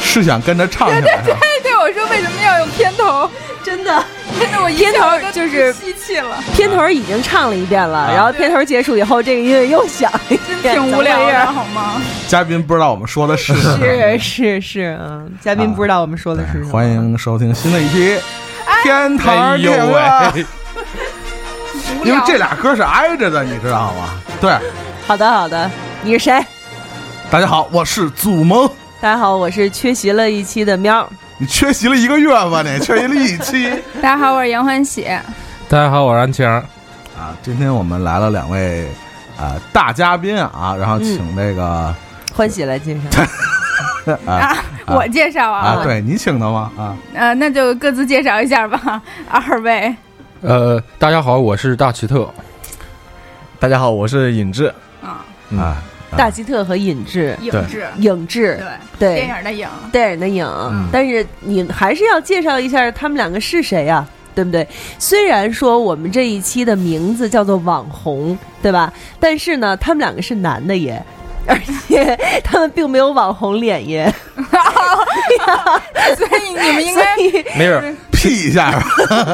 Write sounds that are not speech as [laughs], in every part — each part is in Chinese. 是想跟着唱起来是吧？对对，我说为什么要用片头？真的，真的，我一片头下就是吸气了，片头已经唱了一遍了，啊然后片头结束以后，这个音乐又响了一真遍，挺无聊怎么回事的，儿好吗？嘉宾不知道我们说的是什么。是是是，嗯，嘉宾不知道我们说的是什啊啊么。欢迎收听新的一期《天堂哎呦电影院》喂，因为这俩歌是挨着的，你知道吗？对，好的好的，你是谁？大家好，我是祖萌。大家好，我是缺席了一期的喵儿。你缺席了一个月吧？你缺席了一期大家好，我是杨欢喜。 [laughs] 啊大家好，我是安晴儿。啊！今天我们来了两位呃大嘉宾啊，然后请这个、欢喜来介 [laughs] 绍，啊啊我介绍啊，啊，对你请的吗？啊，呃，那就各自介绍一下吧， [laughs] 二位。呃，大家好，我是大奇特。大家好，我是尹志。啊，嗯啊，大吉特和尹志，影志，影志对，电对影的影，电影的影，但是你还是要介绍一下他们两个是谁呀、对不对？虽然说我们这一期的名字叫做网红，对吧？但是呢，他们两个是男的耶， [laughs] 而且他们并没有网红脸耶。 [laughs] 所以你们应该没事， [laughs] 屁一下吧。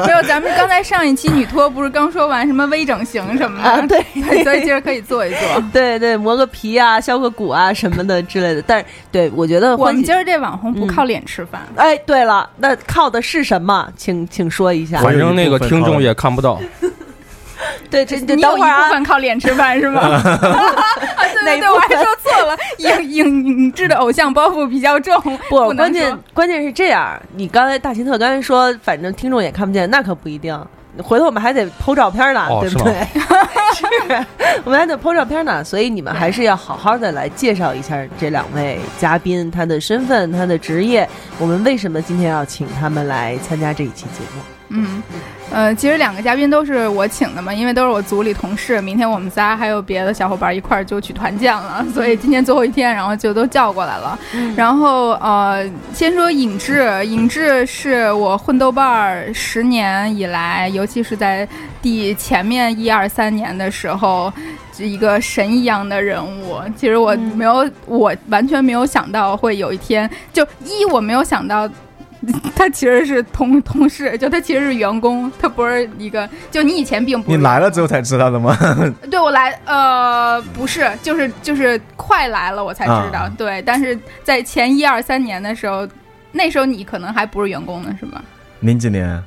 没有。咱们刚才上一期女托不是刚说完什么微整形什么的啊对 [laughs] 所以今儿可以做一做。对对，磨个皮啊，削个骨啊什么的之类的。但是，对我觉得我欢们喜今儿这网嗯红不靠脸吃饭，哎，对了，那靠的是什么？请请说一下。反正那个听众也看不到。对，这这你等有一会儿部啊，分靠脸吃饭是吗？ [laughs] 啊对对哪对，部我还分说错了，影影影志的偶像包袱比较重，不，不能关说键关键是这样。你刚才大秦特刚才说，反正听众也看不见，那可不一定。回头我们还得剖照片呢，哦对不是对？是， [laughs] 我们还得剖照片呢，所以你们还是要好好的来介绍一下这两位嘉宾，他的身份、他的职业，我们为什么今天要请他们来参加这一期节目？嗯，呃，其实两个嘉宾都是我请的嘛，因为都是我组里同事。明天我们仨还有别的小伙伴一块儿就去团建了，所以今天最后一天，然后就都叫过来了。然后呃，先说尹志，尹志是我混豆瓣儿十年以来，尤其是在第前面一二三年的时候。就一个神一样的人物，其实我没有，我完全没有想到会有一天，就一我没有想到他其实是同同事，就他其实是员工，他不是一个。就你以前并不你是来了之后才知道的吗？对我来，呃，不是，就是就是快来了我才知道。啊对，但是在前一二三年的时候，那时候你可能还不是员工呢，是吧？ [laughs] 零几年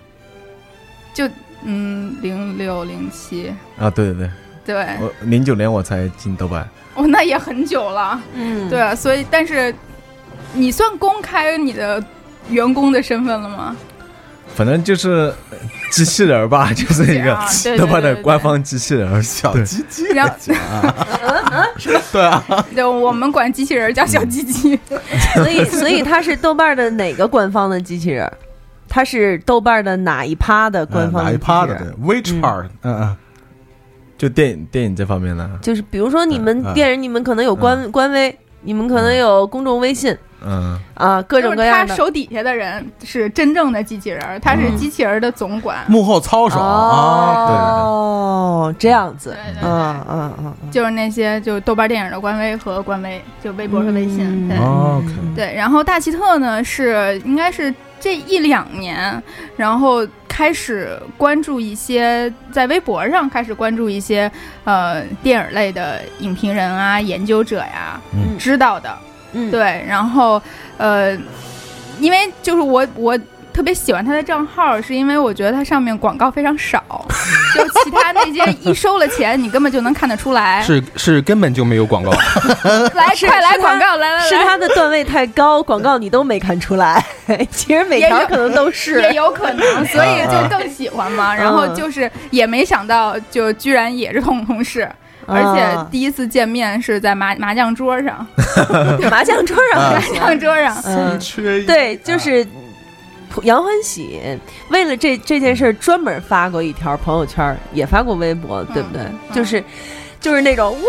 嗯，零六零七，啊？对对对，对，我零九年我才进豆瓣。哦，那也很久了。嗯，对，啊所以但是你算公开你的员工的身份了 [laughs] 吗？反正就是呃机器人儿吧， [laughs] 就是一个啊对对豆瓣的对对官方机器人儿，小对机器然后，对啊，对，我们管机器人叫小鸡鸡。所以，所以他是豆瓣的哪个官方的机器人？他是豆瓣的哪一趴的官方嗯呃哪的一机器人？趴的？对，which part？嗯嗯，就电影电影这方面的，就是比如说你们嗯嗯电影，你们可能有官官微，你们可能有公众微信嗯，啊，各就种是各他样的。嗯手底下的人是真正的机器人儿，他是机器人儿的总管。幕后操手啊，对对对。哦，这样子对，对对，嗯嗯嗯嗯，就是那些就是豆瓣电影的官微和官微，就微博和微信。嗯对、 OK，对，然后大奇特呢是应该是这一两年，然后开始关注一些在微博上开始关注一些呃电影类的影评人啊、研究者呀、嗯知道的。嗯，对，然后呃，因为就是我我。特别喜欢他的账号，是因为我觉得它上面广告非 [laughs] 常少，就其他那些一收了钱，你根本就能看得出哎来。是是根本就没有广告，来，是快来是他广告，来来来，是他的段位太高，广告你都没看出来。 [laughs] 其实每条可能都也是，嗯啊有可能，所以就更喜欢嘛。然后就是也没想到，就居然也是同同事，嗯而且第一次见面是在麻麻将桌上，嗯且麻将桌上还 [laughs] 麻行将桌上。嗯，缺一啊对，就是杨欢喜为了这这件事儿专门发过一条朋友圈儿，也发过微博，对不对？嗯嗯就是就是那种我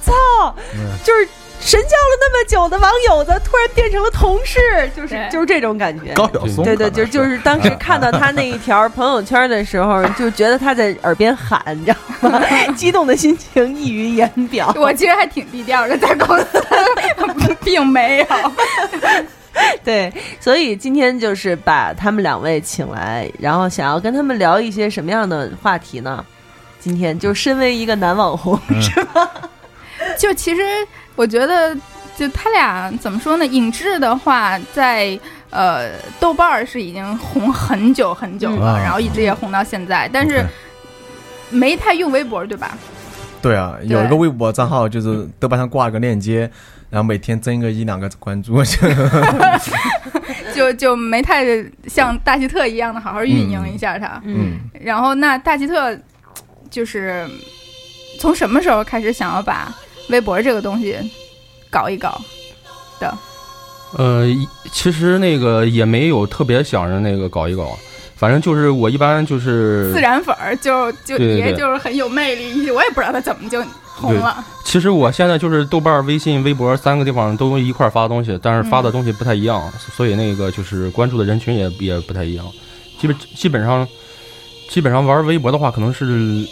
操，就是神交了那么久的网友的，突然变成了同事，就是对就是这种感觉。高晓松对对，可能啊就就是当时看到他那一条朋友圈的时候，就觉得他在耳边喊，你知道吗？ [laughs] 激动的心情溢于言表。我其实还挺低调的，在公司 [laughs] 并没有。 [laughs] 对，所以今天就是把他们两位请来，然后想要跟他们聊一些什么样的话题呢？今天就身为一个男网红，就其实我觉得，就他俩怎么说呢？尹志的话，在呃豆瓣儿是已经红很久很久了，嗯然后一直也红到现在，但是 OK 没太用微博，对吧？对啊，有一个微博账号，就是豆瓣上挂了个链接，然后每天增个一两个关注， [laughs] 就就就没太像大吉特一样的好好运营一下它。嗯，然后那大吉特就是从什么时候开始想要把微博这个东西搞一搞？ [laughs] 呃，其实那个也没有特别想着那个搞一搞，反正就是我一般就是自然粉儿就就对对也对就是很有魅力，我也不知道他怎么就红对了。其实我现在就是豆瓣、微信、微博三个地方都一块儿发东西，但是发的东西不太一样，所以那个就是关注的人群也也不太一样。基本基本上，基本上玩微博的话，可能是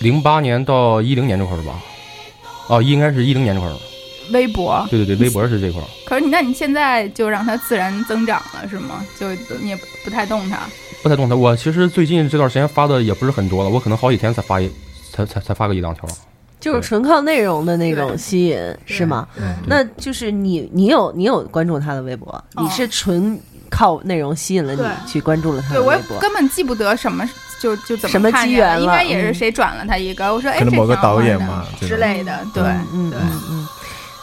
零八年到一零年这块儿吧。哦，应该是一零年这块儿。微博，对对嗯对，微博是这块儿。可是你那你现在就让它自然增长了是吗？就你也不太动它。不太动它。我其实最近这段时间发的也不是很多了，我可能好几天才发一，才才才发个一两条。就是纯靠内容的那种对吸引，是吗？那就是你，你有你有关注他的微博，你是纯靠内容吸引了哦对你去关注了他对的我微也博。嗯根本记不得什么就就怎什么看机见的缘应了该也是嗯谁转了他一个，我说哎，可能这某个挺好导玩演的嘛这之种类的，对，嗯对。嗯嗯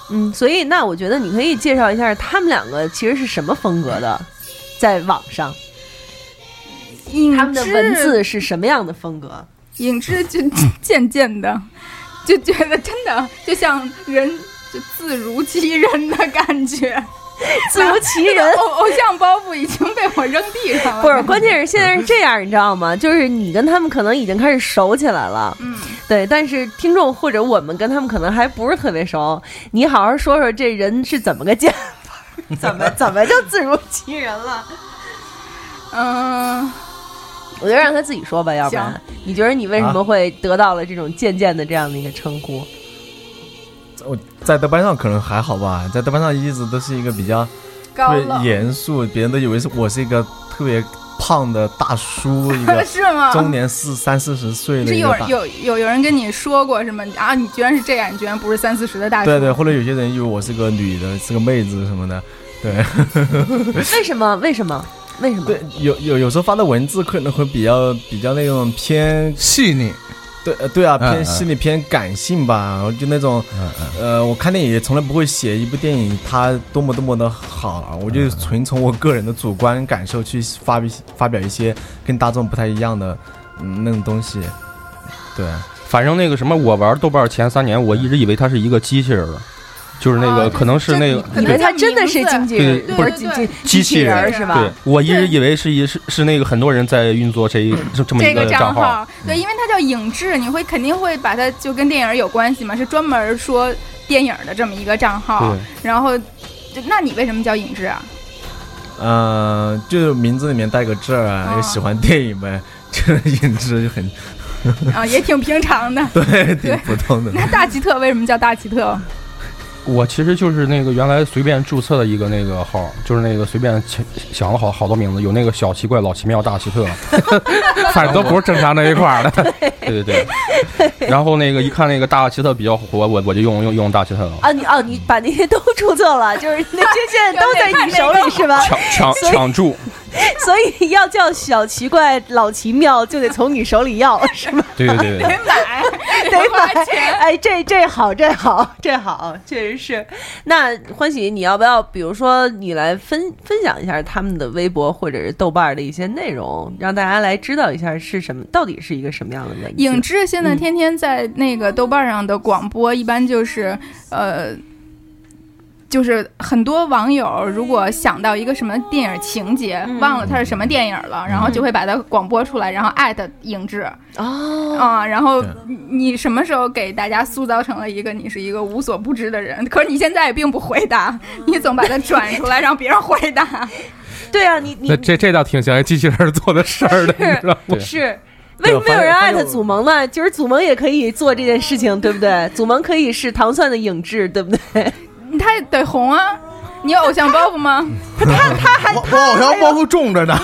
嗯，所以那我觉得你可以介绍一下他们两个其实是什么风格的，在网上影嗯他们的文字是什么样的风格？影之就渐渐的就觉得真的就像人就自如其人的感觉，自如其人，偶偶像包袱已经被我扔地上 [laughs] 了。不是，关键是现在是这样，你知道吗？就是你跟他们可能已经开始熟起来了，嗯，对，但是听众或者我们跟他们可能还不是特别熟。你好好说说这人是怎么个见 [laughs] 法儿，怎么怎么就自如其人了？嗯、我就让他自己说吧，要不然你觉得你为什啊么会得到了这种渐渐的这样的一个称呼？哎我在豆瓣上可能还好吧，在豆瓣上一直都是一个比较特高冷别严肃，别人都以为是我是一个特别胖的大叔，一 [laughs] [laughs] 个是吗？中年四三四十岁的是一有个大。有有有人跟你说过什么啊？你居然是这样，你居然不是三四十的大叔。对对，或者有些人以为我是个女的，是个妹子什么的，对为什么？为什么？为什么？对，有有有时候发的文字可能会比较比较那种偏 [laughs] 细腻，对呃对啊，嗯偏心里偏感性吧，然后就那种，呃，我看电影也从来不会写一部电影它多么多么的好，啊我就纯从我个人的主观感受去发表发表一些跟大众不太一样的嗯那种东西，对，啊反正那个什么，我玩豆瓣前三年，我一直以为它是一个机器人儿，就是那啊个可能是那这个可以能为他真的是经纪人，对不是对经对纪机器器人儿是吧嗯对？我一直对以为是一是是那个很多人在运作这一这这么一这个账账号，对，因为它叫影志，你会肯定会把它就跟电影有关系嘛，是专门说电影的这么一个账号对。，然后，就那你为什么叫影志啊？嗯、就是名字里面带个字儿啊，哦又喜欢电影呗， [laughs] 就是颜值就很。啊，也挺平常的 [laughs] 对，挺普通的。那大吉特为什么叫大吉特？我其实就是那个原来随便注册的一个那个号，就是那个随便起想了好好多名字，有那个小奇怪、老奇妙、大奇 [laughs] 特，反正都不是正常那一块儿的。 [laughs] 对对对。然后那个一看那个大奇特比较火，我我就用用用大奇特了，啊，你哦，你把那些都注册了，就是那些现在都在你手里是吧？抢抢所以 [laughs] 抢注，所以要叫小奇怪、老奇妙，就得从你手里要，是吗？对对啊对对。买， [laughs] 得 [laughs] 买。哎，这这好，这好，这好，确实是。那欢喜，你要不要，比如说你来分分享一下他们的微博或者是豆瓣的一些内容，让大家来知道一下是什么，到底是一个什么样的文字影志现嗯在天天在那个豆瓣上的广播，一般就是呃。就是很多网友如果想到一个什么电影情节，忘了它是什么电影了，然后就会把它广播出来，然后艾特影志哦。啊。然后对你你什么时候给大家塑造成了一个你是一个无所不知的人？可是你现在也并不回答，你总把它转出来让别人回答。对啊，你你那这这倒挺像机器人做的事儿的，你知道吗？是。为什么没有人艾特祖萌呢？就是祖萌也可以做这件事情，对不对？祖萌可以是糖蒜的影志，对不对？他也得红啊！你有偶像包袱吗？我我好像包袱重着呢。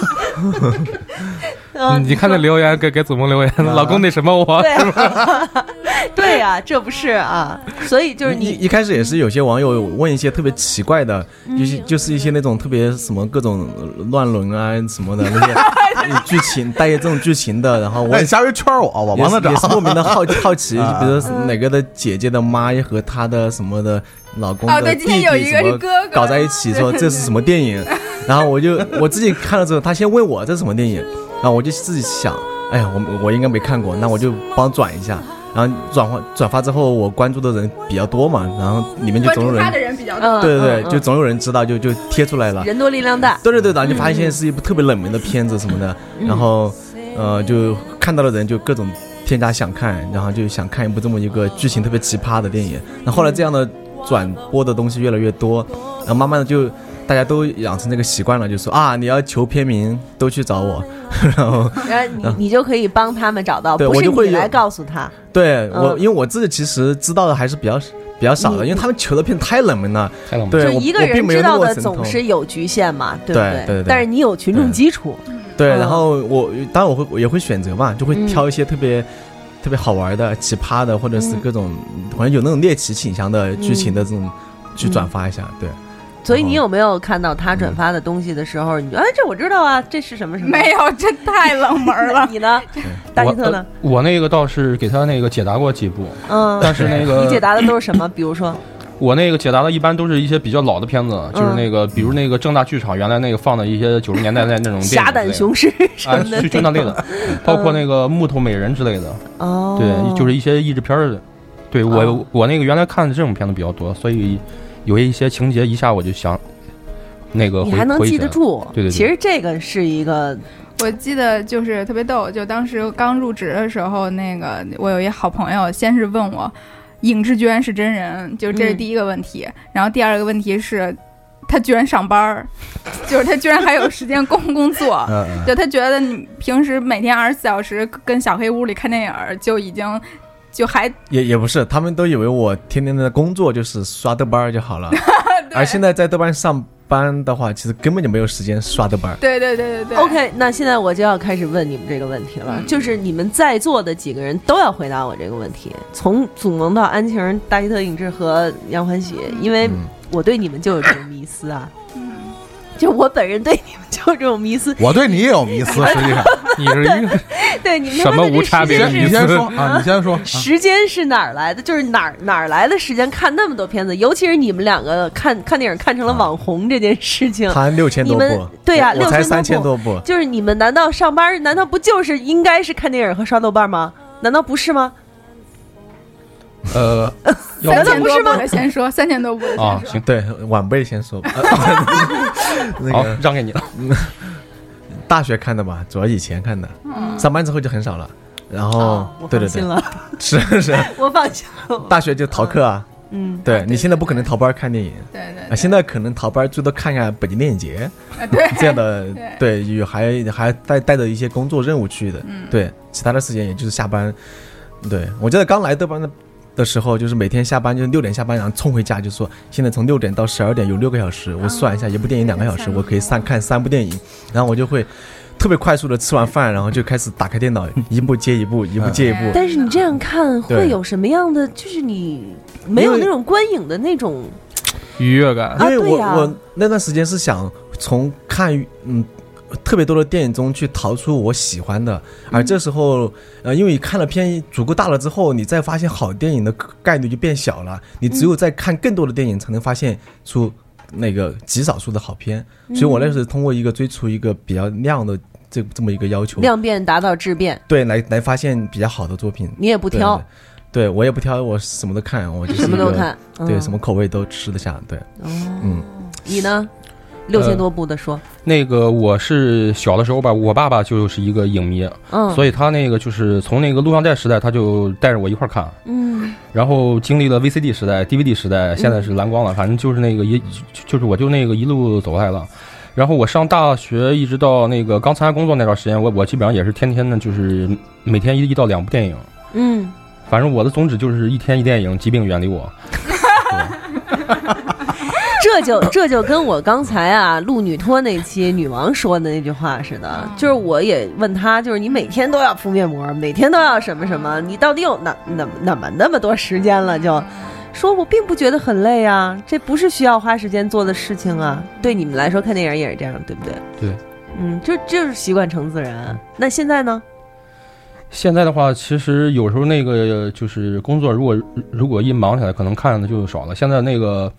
嗯，你看那留言，给给祖萌留言，啊老公那什么我对啊，对呀、这不是啊，所以就是一你一开始也是有些网友问一些特别奇怪的，就是嗯就是一些那种特别什么各种乱伦啊什么的那 [laughs] 些呃剧情，带有这种剧情的，然后我哎，也你是下回圈我，我帮他找也。是莫名的好好奇，啊比如说哪个的姐姐的妈和她的什么的老公哦的对弟今天有弟一个什是么哥哥搞在一起，说这是什么电影，然后我就我自己看了之后，他先问我这是什么电影，然后我就自己想，哎呀，我我应该没看过，那我就帮转一下。然后转发转发之后，我关注的人比较多嘛，然后里面就关总有注人他的，人比较多。嗯，对对嗯对，就总有人知道，就就贴出来了嗯。人多力量大，对对对，然后就发现是一部特别冷门的片子什么的，嗯然后呃，就看到的人就各种添加想看，然后就想看一部这么一个剧情特别奇葩的电影。那后来这样的转播的东西越来越多，然后慢慢的就。大家都养成这个习惯了，就说啊，你要求片名都去找我， [laughs] 然后然后你你就可以帮他们找到，嗯对不我是就会你有来告诉他，对嗯我，因为我自己其实知道的还是比较比较少的，因为他们求的片太冷门了，太冷门了。对就我一个我并人没有知那道么的神总通是有局限嘛，对不对对对对但是你有群众基础，对，嗯然后我当然我会我也会选择嘛，就会嗯挑一些特别、特别好玩的、奇葩的，或者是各种嗯好像有那种猎奇倾向的剧情的这种、去转发一下。对，所以你有没有看到他转发的东西的时候，你就哎，这我知道啊，这是什么什么？。没有，这太冷门了你呢，大我吉特呢？呃我那个倒是给他那个解答过几步，嗯，呃但是那个你 [laughs] 解答的都是什么？比如说，我那个解答的一般都是一些比较老的片子，嗯就是那个比如那个正大剧场原来那个放的一些九十年代那 [laughs] 那种电影之类的侠胆雄狮什啊，么的，就就那 [laughs] 类的，包括那个木头美人之类的，嗯哦，对，就是一些译制片儿的。对我哦我那个原来看的这种片子比较多，所以有一些情节一下我就想那个你回还能回记忆起得来住。对对对其实这个是一个 [laughs] 我记得就是特别逗，就当时刚入职的时候，那个我有一好朋友，先是问我，尹志娟是真人，就这是嗯第一个问题，然后第二个问题是，他居然上班儿， [laughs] 就是他居然还有时间工工作。嗯嗯就他觉得你平时每天二十四小时跟小黑屋里看电影儿就已经，就还也也不是，他们都以为我天天的工作就是刷豆瓣儿就 [laughs] 好了，而现在在豆瓣上班的话，其实根本就没有时间刷豆瓣儿。对对对对对 OK。那现在我就要开始问你们这个问题了，就是你们在座的几个人都要回答我这个问题，从祖萌到安晴、大吉特、影志和杨欢喜，因为我对你们就有这种迷思啊，就我本人对你们就有这种迷思，我对你也有迷哎思，实 [laughs] 际上，你是一个对你们什么他妈的无差这你别时间先你的先说啊，你先说。时间是哪儿来的？就是哪儿哪儿来的时间看那么多片子？尤其是你们两个看看电影看成了网红这件事情，他六千多你部们，对呀我我才三6000千多多部，就是你们难道上班难道不就是应该是看电影和刷豆瓣吗？难道不是吗？呃，要三不千不是多吗部的先说，三千多部的先说。哦啊，行，对晚辈先说 [laughs] 吧，那好个，让给你了。大学看的吧，主要以前看的，上班之后就很少了。然后，哦嗯我对放对心对，了， [laughs] 是是，我放心了。 [laughs] 大学就逃课啊。嗯，对你现在不可能逃班看电影对对啊，现在可能逃班最多看看北京电影 [laughs] 节啊对， [laughs] 这样的对，对，有还还带带着一些工嗯作任务去的，对，其他的时间也就是下班。对我记得刚来豆瓣的的时候，就是每天下班就是六点下班，然后冲回家就说，现在从六点到十二点有六个小时，我算一下，一部电影两个小时，我可以三看三部电影，然后我就会特别快速的吃完饭，然后就开始打开电脑，一部接一部，一部接一部。但是你这样看对会有什么样的？就是你没有因为那种观影的那种愉悦感。因为啊对我、呀我那段时间是想从看嗯特别多的电影中去逃出我喜欢的，而这时候呃，因为你看了片足够大了之后，你再发现好电影的概率就变小了，你只有在看更多的电影才能发现出那个极少数的好片，所以我那时候通过一个追求一个比较量的这这么一个要求，量变达到质变，对来来发现比较好的作品，你也不不挑，，对我也不挑，我什么都看，我就是什么一都个，看。对嗯哦什么口味都吃得下，对，嗯。呃你呢？六千多部的说，那个我是小的时候吧，我爸爸就是一个影迷，嗯，所以他那个就是从那个录像带时代，他就带着我一块儿看，嗯，然后经历了 VCD 时代、DVD 时代，现在是蓝光了，反正就是那个一，就就是我就那个一路走来了。然后我上大学一直到那个刚参加工作那段时间，我我基本上也是天天的，就是每天一一到两部电影。嗯，反正我的宗旨就是一天一电影，疾病远离我。这就这就跟我刚才啊录女托那期女王说的那句话似的，就是我也问她，就是你每天都要敷面膜，每天都要什么什么，你到底有哪哪哪么那么多时间了？就说我并不觉得很累啊，这不是需要花时间做的事情啊。对你们来说看电影也是这样，对不对？对，嗯，就就是习惯成自然。啊那现在呢？现在的话，其实有时候那个就是工作，如果如果一忙起来，可能看的就少了。现在那个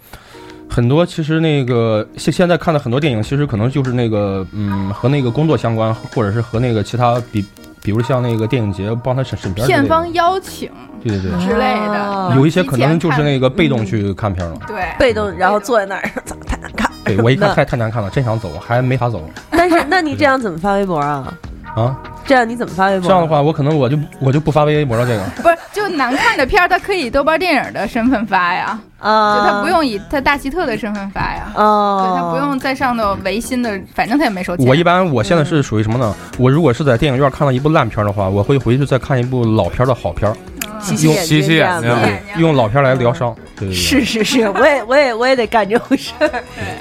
很多，其实那个现现在看的很多电影，其实可能就是那个嗯，和那个工作相关，或者是和那个其他比，比如像那个电影节帮他审审片儿之类片的方邀请对对对，之类的啊，有一些可能就是那个嗯被动去看片儿了。对被动，然后坐在那儿， [laughs] 操，太难看。对我一看那太太难看了，真想走，还没法走但是，那你这样怎么发微博啊？啊。这样你怎么发微博？这样的，话，我可能我就我就不发微博了。这个不是就难看的片儿，它可以豆瓣电影的身份发呀，就啊，它不用以它大奇特的身份发呀，对，哦，它不用在上头违心的，反正它也没收钱。我一般我现在嗯是属于什么呢？我如果是在电影院看到一部烂片儿的话，我会回去再看一部老片儿的好片儿，洗洗眼睛洗洗这眼样睛子对眼睛用老片儿来疗伤。对对对，是是是，我也我也我也得干这种事儿。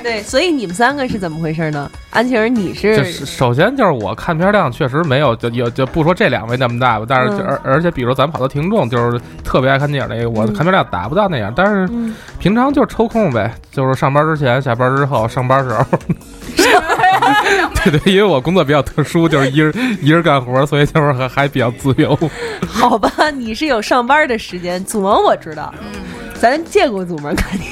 对，所以你们三个是怎么回事呢？安琪儿，你就是是首先就是我看片量确实没有，就有就不说这两位那么大吧，但是就嗯而、而且比如咱们好多听众就是特别爱看电影那个，我的看片量达不到那样，但是嗯平常就是抽空呗，就是上班之前、下班之后、上 [laughs] 班时候。对 [laughs] 对，因为我工作比较特殊，就是 [laughs] 一人一人干活，所以就是还还比较自由。 [laughs] 好吧，你是有上班的时间。祖萌我知道，咱见过祖萌看你，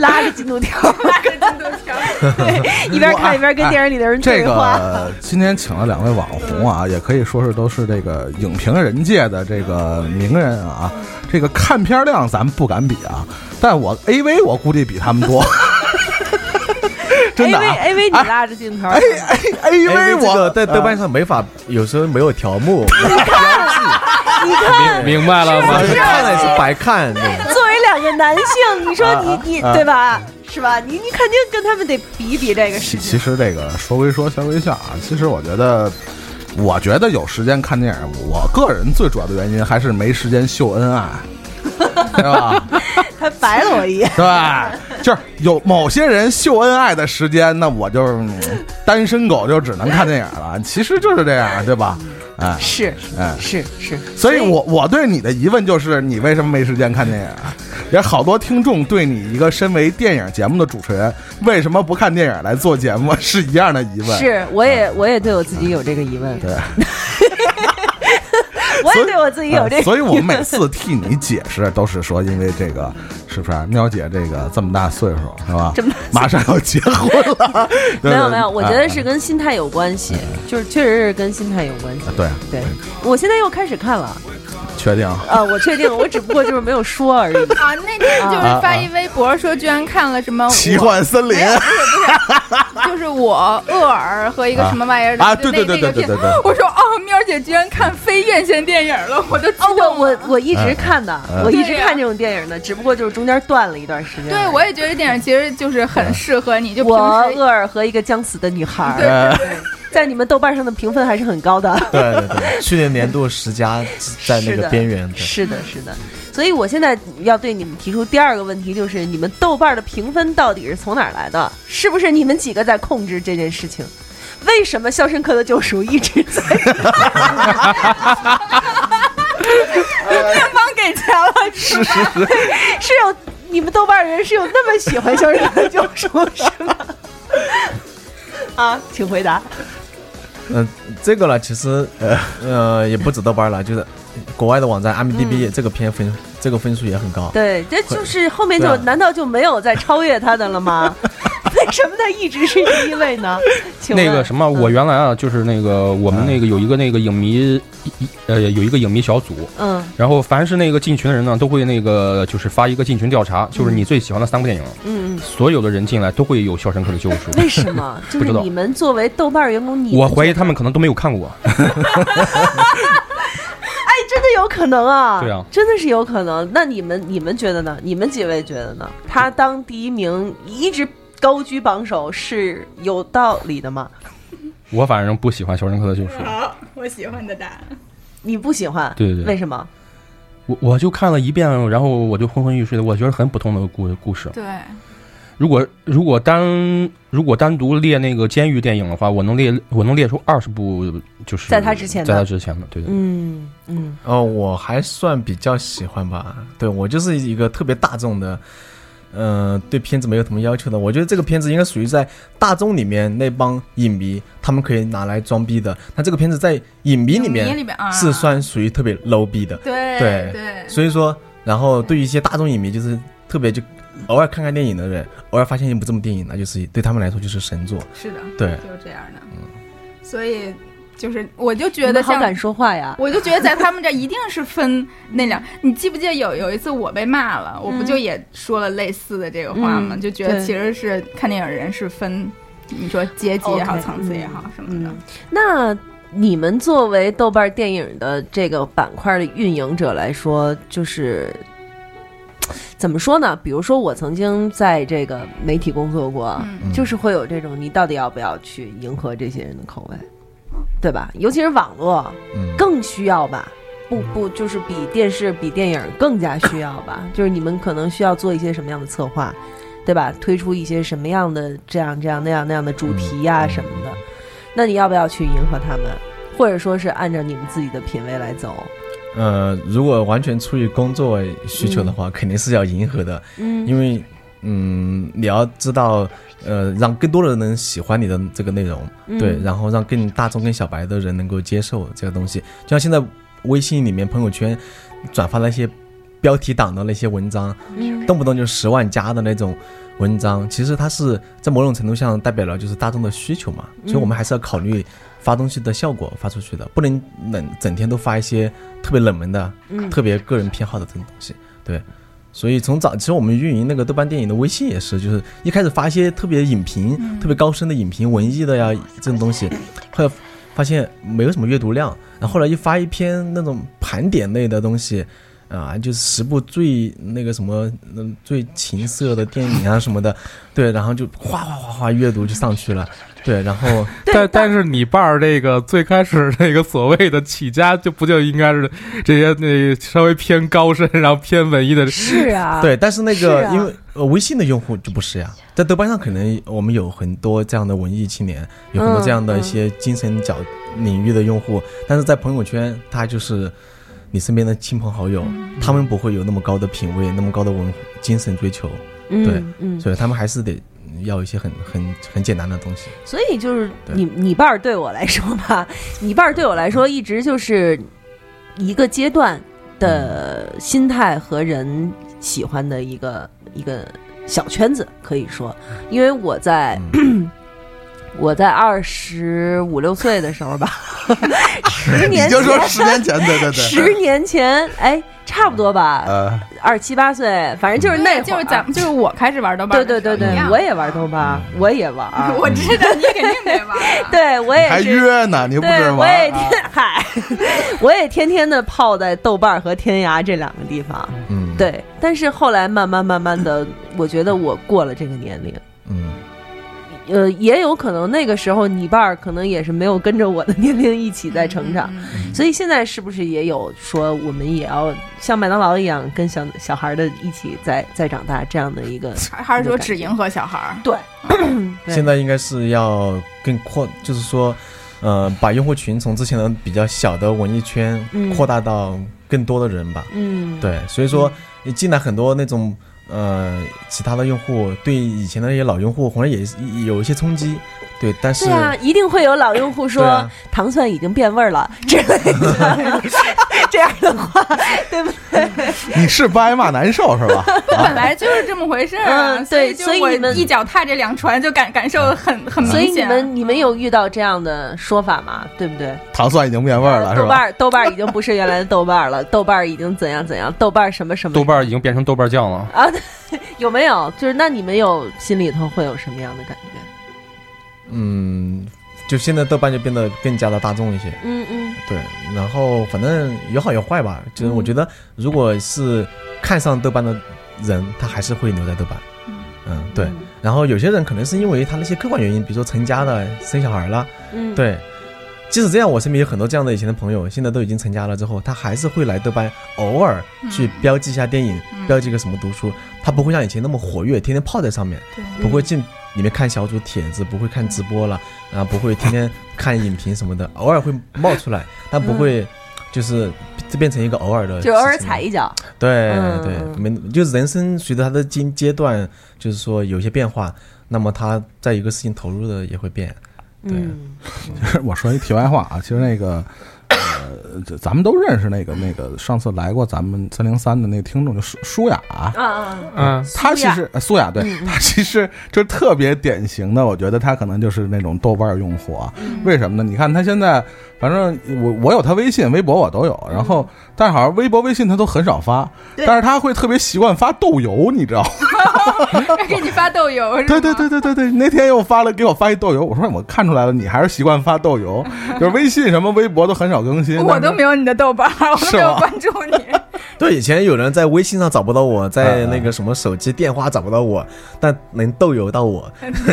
拉着进度 [laughs] 条，拉着进度条，对，一边看一边跟电影里的人这对话。个今天请了两位网红啊，也可以说是都是这个影评人界的这个名人啊。这个看片量咱们不敢比啊，但我 AV 我估计比他们多， [laughs] 真的、啊。 A V A V，你拉着镜头，哎哎哎哎，AV 这我个在嗯豆瓣上没法，有时候没有 [laughs] 条目，嗯明明白了啊我 [laughs] 吗？要是看了也是白 [laughs] 看。对作为两个男性，你说啊你啊你啊对吧？是吧？你你肯定跟他们得比一比这个事其情其。实这个说归说，笑归笑啊。其实我觉得，我觉得有时间看电影，我个人最主要的原因还是没时间秀恩爱， [laughs] 对吧？他白了我一 [laughs] 眼，对，就是有某些人秀恩爱的时间，那我就是嗯单身狗，就只能看电影了。其实就是这样，对吧？哎是哎，是是，所以我我对你的疑问就是，你为什么没时间看电影啊？也好多听众对你一个身为电影节目的主持人，为什么不看电影来做节目是一样的疑问。是我也我也对我自己有这个疑问，对， [laughs] 我也所以对我自己有这嗯个，所以我们每次替你解释都是说，因为这个是不是喵姐这个这么大岁数是吧？这么马上要结婚 [laughs] 了，对没有对没有，我哎觉得哎是跟心态有关系，就是确实是跟心态有关系。啊对对，我现在又开始看了确定啊，我确定，我只不过就是没有说而已。啊，那天就是发一啊微博说，居然看了什么奇我幻森林没有，不是不是，就是我厄尔和一个什么玩意儿的啊啊就那对对对那个对对片对对我说哦，喵姐居然看非院线电影了，我都激 [laughs] 哦，我动了。我我一哎直看的，我一直对呀看这种电影的，只不过就是中间断了一段时间。对，我嗯也觉得电影其实就是很适合你，就平我时哎厄尔和一个将死的女孩儿，对对对在你们豆瓣上的评分还是很高的。对对对，去年年度十佳在那是个的边缘，对是的，是的。所以我现在要对你们提出第二个问题，就是你们豆瓣的评分到底是从哪儿来的？是不是你们几个在控制这件事情？为什么《肖申克的救赎》一直 [laughs] 在？片方给钱了，是是是， [laughs] 是有你们豆瓣人是有那么喜欢《肖申克的救赎》是吗？啊，请回答。嗯、这个了，其实呃呃也不止豆瓣了， [laughs] 就是国外的网站 IMDB、这个片分这个分数也很高。嗯对，这就是后面对就啊难道就没有再超越他的了 [laughs] 吗？为什么他一直是第一位呢？请问那个什么，我原来啊，就是那个我们那个有一个那个影迷，一呃，有一个影迷 [laughs] 小组，嗯然后凡是那个进群的人呢，都会那个就是发一个进群调查，就是你最喜欢的三部电影，嗯，嗯所有的人进来都会有《肖申克的救赎》。为什 [laughs] 么？就不是知道你们作为豆瓣员工，你我怀疑他们可能都没有看过，哎，真的有可能啊！对啊真的是有可能。那你们你们觉得呢？你们几位觉得呢？他当第一名一直高居榜首是有道理的吗？我反正不喜欢《肖申克的救赎》，好， [laughs] 我喜欢的答案。你不喜欢？对对对为什么？我我就看了一遍，然后我就昏昏欲睡的，我觉得很普通的故故事。对，如果如果单如果单独列那个监狱电影的话，我能列我能列出二十部，就是在他之前的在他之前的，对对。嗯嗯哦，我还算比较喜欢吧，对我就是一个特别大众的，呃，对片子没有什么要求的。我觉得这个片子应该属于在大众里面那帮影迷，他们可以拿来装逼的。那这个片子在影迷里影迷里面面啊是算属于特别 low 逼的，对对对所以说，然后对于一些大众影迷，就是特别就偶尔看看电影的人，偶尔发现一部这么电影，那就是对他们来说就是神作。是的，对嗯就是这样的。所以就是，我就你觉们得好啊像敢说话呀！我就觉得在他们这一定是分那两，你记不记得有有一次我被骂了，我不就也说了类似的这个话吗？嗯就觉得对其实是看电影人是分，你说阶级也好， OK，层次也好什么的嗯。，那你们作为豆瓣电影的这个板块的运营者来说，就是怎么说呢？比如说，我曾经在这个媒体工作过，嗯就是会有这种你到底要不要去迎合这些人的口味，对吧？尤其是网络嗯，更需要吧。不不，就是比电视、比电影更加需要 [coughs] 吧？就是你们可能需要做一些什么样的策划，对吧？推出一些什么样的这样这样那样那样的主题嗯呀、什么的。那你要不要去迎合他们，或者说是按照你们自己的品味来走？呃，如果完全出于工作需求的话，肯定是要迎合的，嗯因为嗯，你要知道，呃，让更多的人能喜欢你的这个内容，对，然后让更大众、更小白的人能够接受这个东西。就像现在微信里面朋友圈转发那些标题党的那些文章，动不动就十万加的那种文章，其实它是在某种程度上代表了就是大众的需求嘛，所以我们还是要考虑发东西的效果发出去的，不能冷整天都发一些特别冷门的、特别个人偏好的这种东西，对。所以从早，其实我们运营那个豆瓣电影的微信也是，就是一开始发一些特别影评、特别高深的影评、文艺的呀这种东西，后来发现没有什么阅读量，然后后来一发一篇那种盘点类的东西，啊，就是十部最那个什么，嗯，最情色的电影啊什么的，对，然后就哗哗哗哗阅读就上去了，对，然后但但是你伴儿这个最开始那个所谓的起家，就不就应该是这些那稍微偏高深，然后偏文艺的是啊，对，但是那是个啊因为呃微信的用户就不是呀，在豆瓣上可能我们有很多这样的文艺青年，有很多这样嗯的一些精神角领域的用户，但是在朋友圈，他就是你身边的亲朋好友，他们不会有那么高的品味，那么高的文精神追求，对嗯嗯。所以他们还是得要一些很很很简单的东西。所以就是对你你伴儿对我来说吧， [laughs] 你伴儿对我来说一直就是一个阶段的嗯心态和人喜欢的一个一个小圈子，可以说，嗯因为我在、 [clears throat] 我在二十五六岁的时候 [laughs] 吧，十你年就说前十年前，对对对，十年前，哎，差不多吧，呃，二七八岁，反正就是那会儿，就是咱们就是我开始玩豆瓣对的时对候，对对一样，啊我也玩豆瓣儿，我也玩儿， [laughs] 我知道你肯定得玩啊， [laughs] 对我你也还是约呢，你不对，是我也玩？啊天嗨，我也天天的泡在豆瓣儿和天涯这两个地方。嗯，，对，但是后来慢慢慢慢的，我觉得我过了这个年龄，嗯，呃，也有可能那个时候你伴儿可能也是没有跟着我的年龄一起在成长，嗯所以现在是不是也有说我们也要像麦当劳一样跟小小孩儿的一起在在长大这样的一个？还还是说只迎合小孩儿？对，对现在应该是要更扩，就是说，呃，把用户群从之前的比较小的文艺圈嗯扩大到更多的人吧。嗯，对，所以说你进来很多那种呃其他的用户，对以前的那些老用户，好像也是有一些冲击。对，但是对啊，一定会有老用户说、对啊糖蒜已经变味儿了之类的这样的话，对不对？你是不挨骂难受是 [laughs] 吧？ [laughs] 本来就是这么回事儿啊、嗯所以对就所以我你们一脚踏这两船，就感感受很很明所显。嗯以你们你们有遇到这样的说法吗？对不对？糖蒜已经变味儿了是豆瓣嗯吧？儿豆瓣儿已经不是原来的豆瓣儿了， [laughs] 豆瓣儿已经怎样怎样，豆瓣儿什么什么，豆瓣儿已经变成豆瓣酱了。啊，对有没有？就是那你们有心里头会有什么样的感觉？嗯，就现在豆瓣就变得更加的大众一些。嗯嗯对，然后反正有好有坏吧，就是我觉得如果是看上豆瓣的人，他还是会留在豆瓣。嗯，对。然后有些人可能是因为他那些客观原因，比如说成家了、生小孩了，嗯，对。即使这样，我身边有很多这样的以前的朋友，现在都已经成家了之后，他还是会来豆瓣偶尔去标记一下电影，嗯标记个什么读书，他不会像以前那么活跃，天天泡在上面，对 [laughs] 不会进里面看小组帖子，不会看直播了，啊，不会天天看影评什么 [laughs] 的，偶尔会冒出来，但不会就是这变成一个嗯偶尔的，就偶尔踩。一脚。对嗯对，没就是人生随着他的经阶段，就是说有一些变化，那么他在一个事情投入的也会变。对嗯， [laughs] 我说一题外话啊，其实那个。呃，这咱们都认识那个那个上次来过咱们三零三的那个听众，就舒舒雅、啊啊，嗯，他苏其雅实呃苏雅嗯对他其实就是特别典型的，我觉得他可能就是那种豆瓣儿用户啊。嗯为什么呢？你看他现在，反正我我有他微信、微博我都有，然嗯后但是好像微博、微信他都很少发，但是他会特别习惯发豆油，你知道吗？ [laughs] 给哎你发豆油是吗？对对对对对对，那天又发了给我发一豆油，我说我看出来了，你还是习惯发豆 [laughs] 油，就是微信什么微博都很少更新。我都但是没有你的豆瓣儿，我都是没有吗关注你。 [laughs] 对，以前有人在微信上找不到我， [laughs] 在那个什么手机电话找不到我，但能豆邮到 [laughs] 我，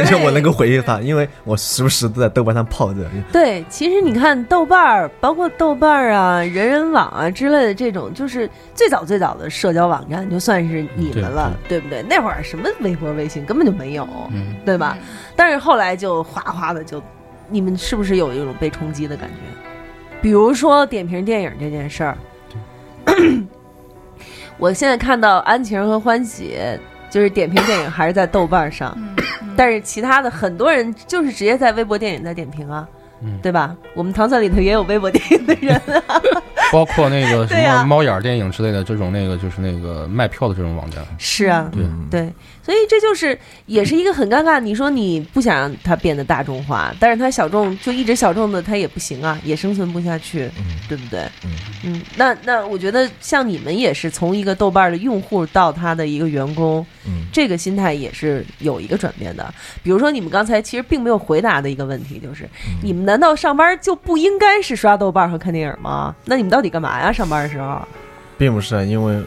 就我能够回应他，因为我时不时都在豆瓣上泡着。对，其实你看豆瓣儿，包括豆瓣儿啊、人人网啊之类的这种，就是最早最早的社交网站，就算是你们了，嗯对嗯不对？那会儿什么微博、微信根本就没有，对吧？但是后来就哗哗的就，你们是不是有一种被冲击的感觉？比如说点评电影这件事儿， [clears throat] 我现在看到安晴和欢喜就是点评电影还是在豆瓣上，但是其他的很多人就是直接在微博电影在点评啊。对吧？我们糖蒜里头也有微博电影的人，包括那个什对啊呀么猫眼儿电影之类的这种那个就是那个卖票的这种网站， [laughs] 是啊，对嗯对，所以这就是也是一个很尴尬。你说你不想让它变得大众化，但是它小众就一直小众的，它也不行啊，也生存不下去，对不对？嗯嗯，那那我觉得像你们也是从一个豆瓣的用户到他的一个员工，嗯这个心态也是有一个转变的。比如说你们刚才其实并没有回答的一个问题，就是、嗯你们难道上班就不应该是刷豆瓣和看电影吗？那你们到底干嘛呀？上班的时候，并不是啊因为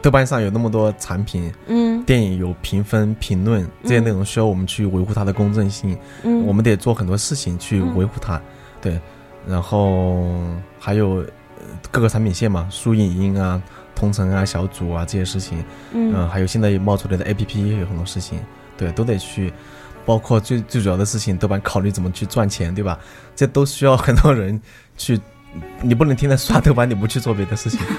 豆瓣上有那么多产品，嗯电影有评分、评论这些内容，需要我们去维护它的公正性，嗯，我们得做很多事情去维护它。对，然后还有呃各个产品线嘛，书影音啊、同城啊、小组啊这些事情，嗯嗯，还有现在也冒出来的 APP 也有很多事情，对，都得去，包括最最主要的事情，豆瓣考虑怎么去赚钱，对吧？这都需要很多人去，你不能天天刷豆瓣，你不去做别的事情。 [laughs]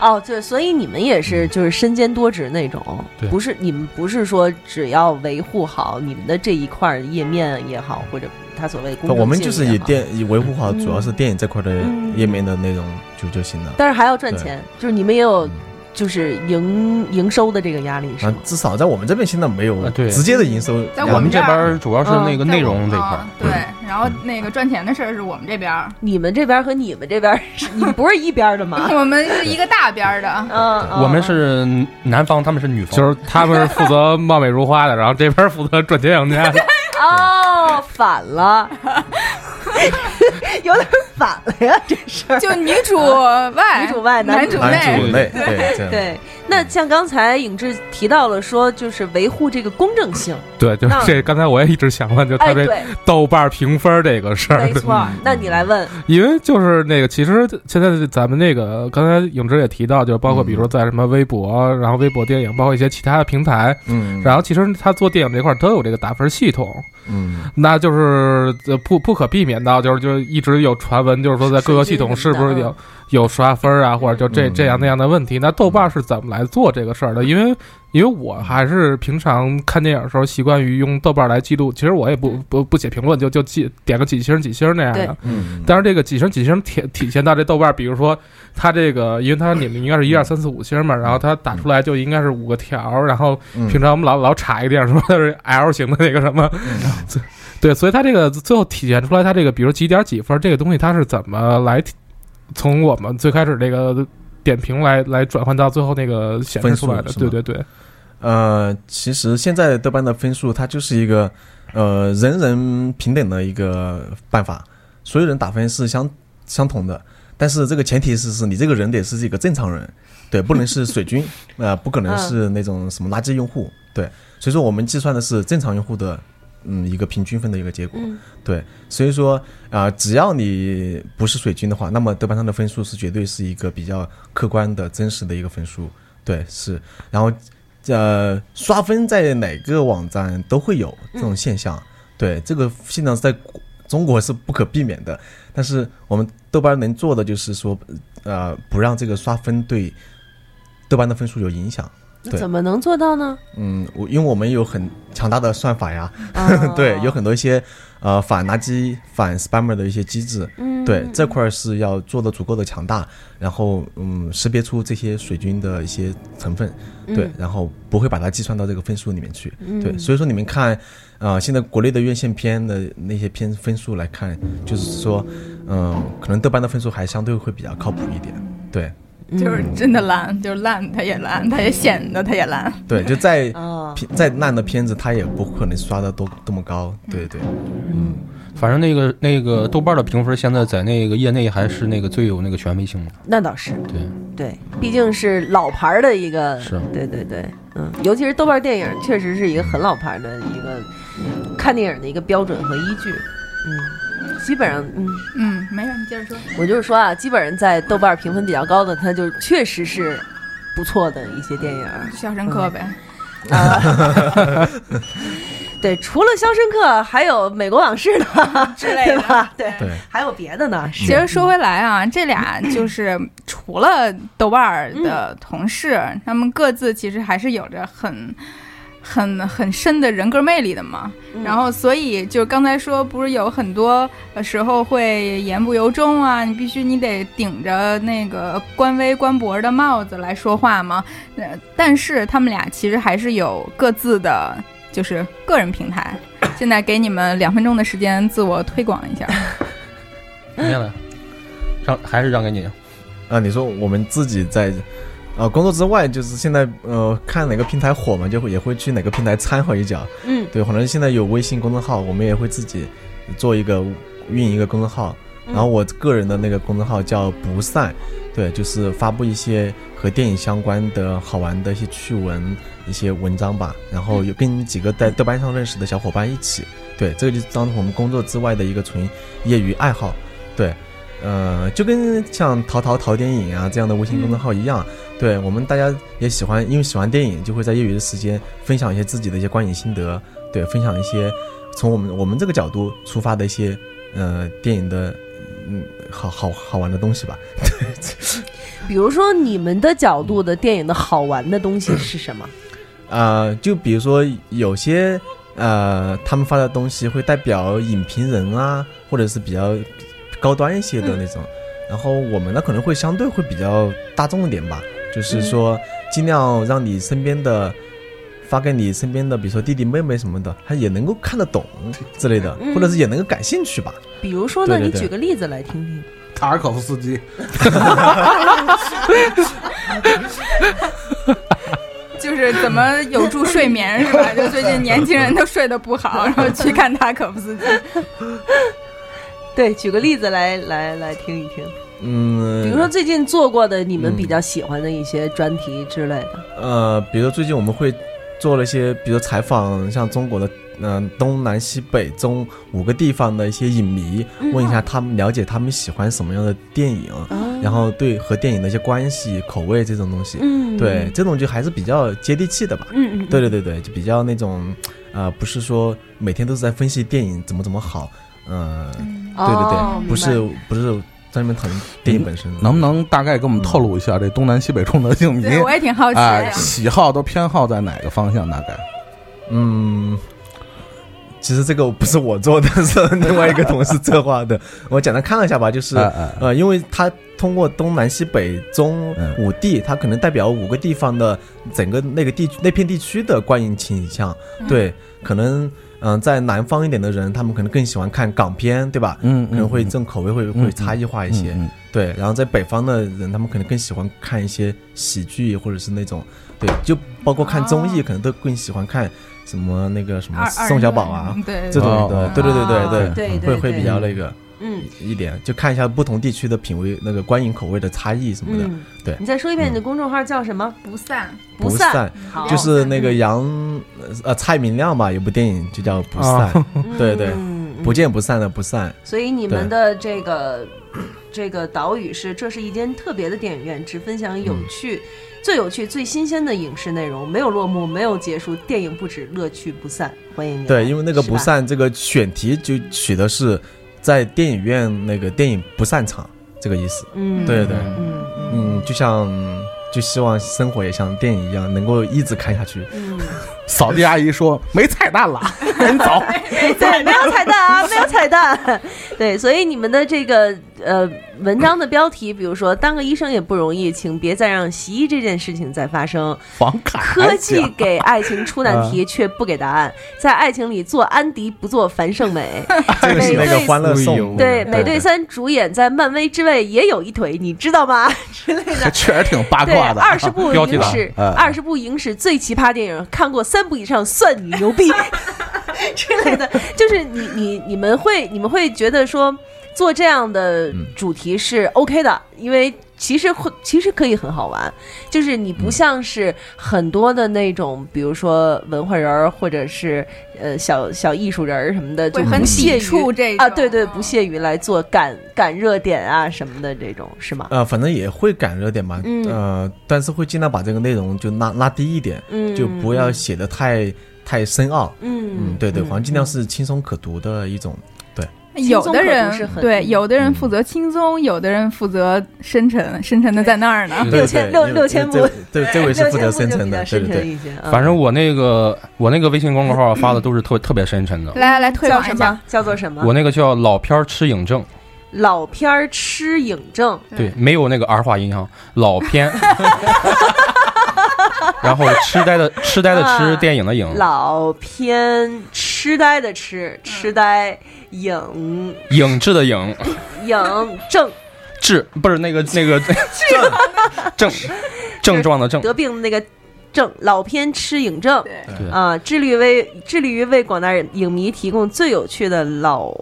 哦，对，所以你们也嗯是就是身兼多职那种，对不是你们不是说只要维护好你们的这一块页面也好，或者它所谓的公众呃我们就是性也以好电以维护好，主要是电影这块的啊嗯页面的内容就就行了。嗯但是还要赚钱，就是你们也有就是营营收的这个压力是啊吗，？至少在我们这边现在没有啊对直接的营收，在我我们们这这儿边儿主要是嗯那个内容这块儿啊，对，然后那个赚钱的事儿是我们这边儿，你们这边和你们这边是，你们不是一边的吗？ [laughs] [laughs] 我们是一个大边儿的。 [laughs] 嗯，嗯我们是南方，他们是女方，就是他们是负责貌美如花的，然后这边负责赚钱养家。哦，反了， [laughs] 有点反了呀，这事儿。就女主外，女主外男男主主男主内，内对这样。对，那像刚才影志提到了说，就是维护这个公正性， [laughs] 对，就是那这。刚才我也一直想问，就嗯哎，他这对，豆瓣评分这个事儿 [laughs] 没，错儿。那你来问，因为就是那个，其实现在咱们那个刚才影之也提到，就包括比如说在什么微博，然后微博电影，包括一些其他的平台，嗯，然后其实他做电影这块儿都有这个打分系统，嗯，那就是呃不不可避免到就是就是一直有传闻，就是说在各个系统是不是有有刷分啊，或者就这嗯这样那样的问题。那豆瓣是怎么来做这个事儿的？因为因为我还是平常看电影的时候习惯于用豆瓣来记录，其实我也不不不写评论，就就记点个几星几星那样的对。嗯，但是这个几星几星体体现到这豆瓣儿，比如说它这个，因为它你们应该是一二三四五星嘛，然后它打出来就应该是五个条儿，然后嗯平常我们老老查一个电影说 [laughs] 它是 L 型的那个什么，所以对，所以它这个呃最后体现出来，它这个比如几点几分这个东西，它是怎么来体从我们最开始这个点评来来转换到最后那个显示出来的分？数是对吗对对，呃，其实现在豆瓣的分数它就是一个呃人人平等的一个办法，所有人打分是相相同的，但是这个前提是是你这个人得是一个正常人，对，不能是水军，呃，不可能是那种什么垃圾用户，对，所以说我们计算的是正常用户的嗯一个平均分的一个结果，对，所以说啊、呃只要你不是水军的话，那么豆瓣上的分数是绝对是一个比较客观的真实的一个分数，对，是，然后。呃，刷分在哪个网站都会有这种现象。对，这个现象在国中国是不可避免的，但是我们豆瓣能做的就是说，呃，不让这个刷分对豆瓣的分数有影响。那对怎么能做到呢？嗯，我因为我们有很强大的算法呀，啊 [laughs] 哦对，有很多一些呃反垃圾、反 spammer 的一些机制，嗯对这块儿是要做的足够的强大，然后嗯识别出这些水军的一些成分，对，然后不会把它计算到这个分数里面去，对，所以说你们看，呃，现在国内的院线片的那些片分数来看，就是说，嗯、可能豆瓣的分数还相对会比较靠谱一点，对嗯就是真的烂，就是烂，它也烂，它也显得它也烂。对，就在啊，片再烂的片子，它也不可能刷的多这么高，对对，反正那个那个豆瓣的评分现在在那个业内还是那个最有那个权威性的。那倒是对，对，毕竟是老牌儿的一个，是对对对，嗯，尤其是豆瓣电影，确实是一个很老牌儿的一个看电影的一个标准和依据，嗯，基本上，嗯，嗯，没事，你接着说。我就是说啊，基本上在豆瓣评分比较高的，它就确实是不错的一些电影儿。肖申克呗，对，除了《肖申克》，还有《美国往事》呢，之 [laughs] 类的对吧？对，对还有别的呢。其实说回来啊，这俩就是除了豆瓣儿的同事，他们各自其实还是有着很。很很深的人格魅力的嘛，然后所以就刚才说，不是有很多呃时候会言不由衷啊，你必须你得顶着那个官微官博的帽子来说话吗？呃，但是他们俩其实还是有各自的，就是个人平台。现在给你们两分钟的时间自我推广一下。接下来让还是让给你。啊，你说我们自己在，呃，工作之外，就是现在呃，看哪个平台火嘛，就会也会去哪个平台掺和一脚。嗯，对，反正现在有微信公众号，我们也会自己做一个运营一个公众号。然后我个人的那个公众号叫不散，对，就是发布一些和电影相关的好玩的一些趣闻、一些文章吧。然后有跟几个在豆瓣上认识的小伙伴一起，对，这个就当我们工作之外的一个纯业余爱好，对。呃，就跟像淘淘淘电影啊这样的微信公众号一样，对我们大家也喜欢，因为喜欢电影，就会在业余的时间分享一些自己的一些观影心得，对，分享一些从我们我们这个角度出发的一些呃电影的嗯好好好玩的东西吧。比如说你们的角度的电影的好玩的东西是什么？呃，就比如说有些呃，他们发的东西会代表影评人啊，或者是比较高端一些的那种。然后我们呢，可能会相对会比较大众一点吧，就是说尽量让你身边的。发给你身边的，比如说弟弟妹妹什么的，他也能够看得懂之类的，嗯或者是也能够感兴趣吧。比如说呢，对对你对举个例子来听听。塔尔可夫斯基，就是怎么有助睡眠是 [laughs] 吧？就最近年轻人都睡得不好，然后去看塔可夫斯基。对，举个例子来来来听一听。嗯，比如说最近做过的你们比较喜欢的一些专题之类的，呃，比如最近我们会做了一些，比如采访像中国的。嗯、东南西北中五个地方的一些影迷，嗯问一下他们了解他们喜欢什么样的电影，哦然后对和电影的一些关系、口味这种东西，嗯，对，这种就还是比较接地气的吧。嗯嗯，对对对对，就比较那种，呃，不是说每天都是在分析电影怎么怎么好，嗯、对对对，哦不是不是在那边讨论电影本身，能不能大概给我们透露一下这东南西北中的影迷对，我也挺哦好奇哎啊的。啊喜好都偏好在哪个方向？大概嗯，其实这个不是我做的，是另外一个同事策划的。 [laughs] 我简单看了一下吧，就是、哎哎呃，因为他通过东南西北中嗯五地，他可能代表五个地方的整个那个地区那片地区的观影倾向。对，可能嗯、呃在南方一点的人，他们可能更喜欢看港片，对吧？嗯可能会这种口味会、嗯会差异化一些。嗯对，然后在北方的人，他们可能更喜欢看一些喜剧，或者是那种，对，就包括看综哦艺，可能都更喜欢看什么那个什么二二宋小宝啊人对这种哦的，对对对对对对会对会比对较那个嗯一一点，就看一下不同地区的品味、那个观影口味的差异什么的。嗯，对嗯你再说一遍你的公众号叫什么？不散，不散，哦嗯散好，就是那个杨呃蔡明亮吧，有部电影就叫《不散》，哦对对嗯不见不散的不散，所以你们的这个这个岛屿是，这是一间特别的电影院，只分享有嗯趣、最有趣、最新鲜的影视内容，没有落幕，没有结束，电影不止，乐趣不散。欢迎你来。对，因为那个是不吧，散这个选题就取的是在电影院那个电影不散场这个意思。嗯，对对，嗯嗯，就像就希望生活也像电影一样，能够一直看下去。嗯，扫地阿姨说没彩蛋 [laughs] 了，赶紧走。对，没有彩蛋啊，没有彩蛋。对，所以你们的这个呃文章的标题，比如说“当个医生也不容易，请别再让洗衣这件事情再发生”，房卡科技啊给爱情出难题，却不给答案。在爱情里做安迪，不做樊胜美。这个是那个《欢乐哎颂呦》对，对美队三主演在漫威之位也有一腿，你知道吗？ [laughs] 之类的。确实挺八对，卦的。二十 [laughs] 部标题影啊党史，哎二十部影史最奇葩电影，看过三部以上算你牛逼之类的。就是你你你们会你们会觉得说做这样的主题是 OK 的，因为其实会其实可以很好玩，就是你不像是很多的那种，比如说文化人儿或者是呃小小艺术人儿什么的，就会很不屑抵于触这种啊，对对，嗯不屑于来做赶赶热点啊什么的这种，是吗？呃，反正也会赶热点吧，嗯呃，但是会尽量把这个内容就拉拉低一点，嗯，就不要写的太太深奥。嗯嗯，对对，嗯反正尽量是轻松可读的一种。有轻松的可读是人很嗯对，有的人负责轻松，有的人负责深沉，深沉的在那儿 [laughs] 呢。对六千对六因为六千因为步这对，这位是负责深层的，对深对对沉。一些。嗯反正我那个我那个微信公众号发的都是特特别深沉的，来来来，推叫广什一下，么？叫做什么？我那个叫老片儿吃影症，老片儿吃影症，对，没有那个儿化音哈，老 [laughs] 片。然后痴呆的痴呆的啊痴，电影的嗯影，老偏痴呆的痴，痴呆影影制的影，影症，治不是那个那个症症症状的症，得病的那个症，老偏痴影症对，对啊，致力为致力于为广大影迷提供最有趣的老。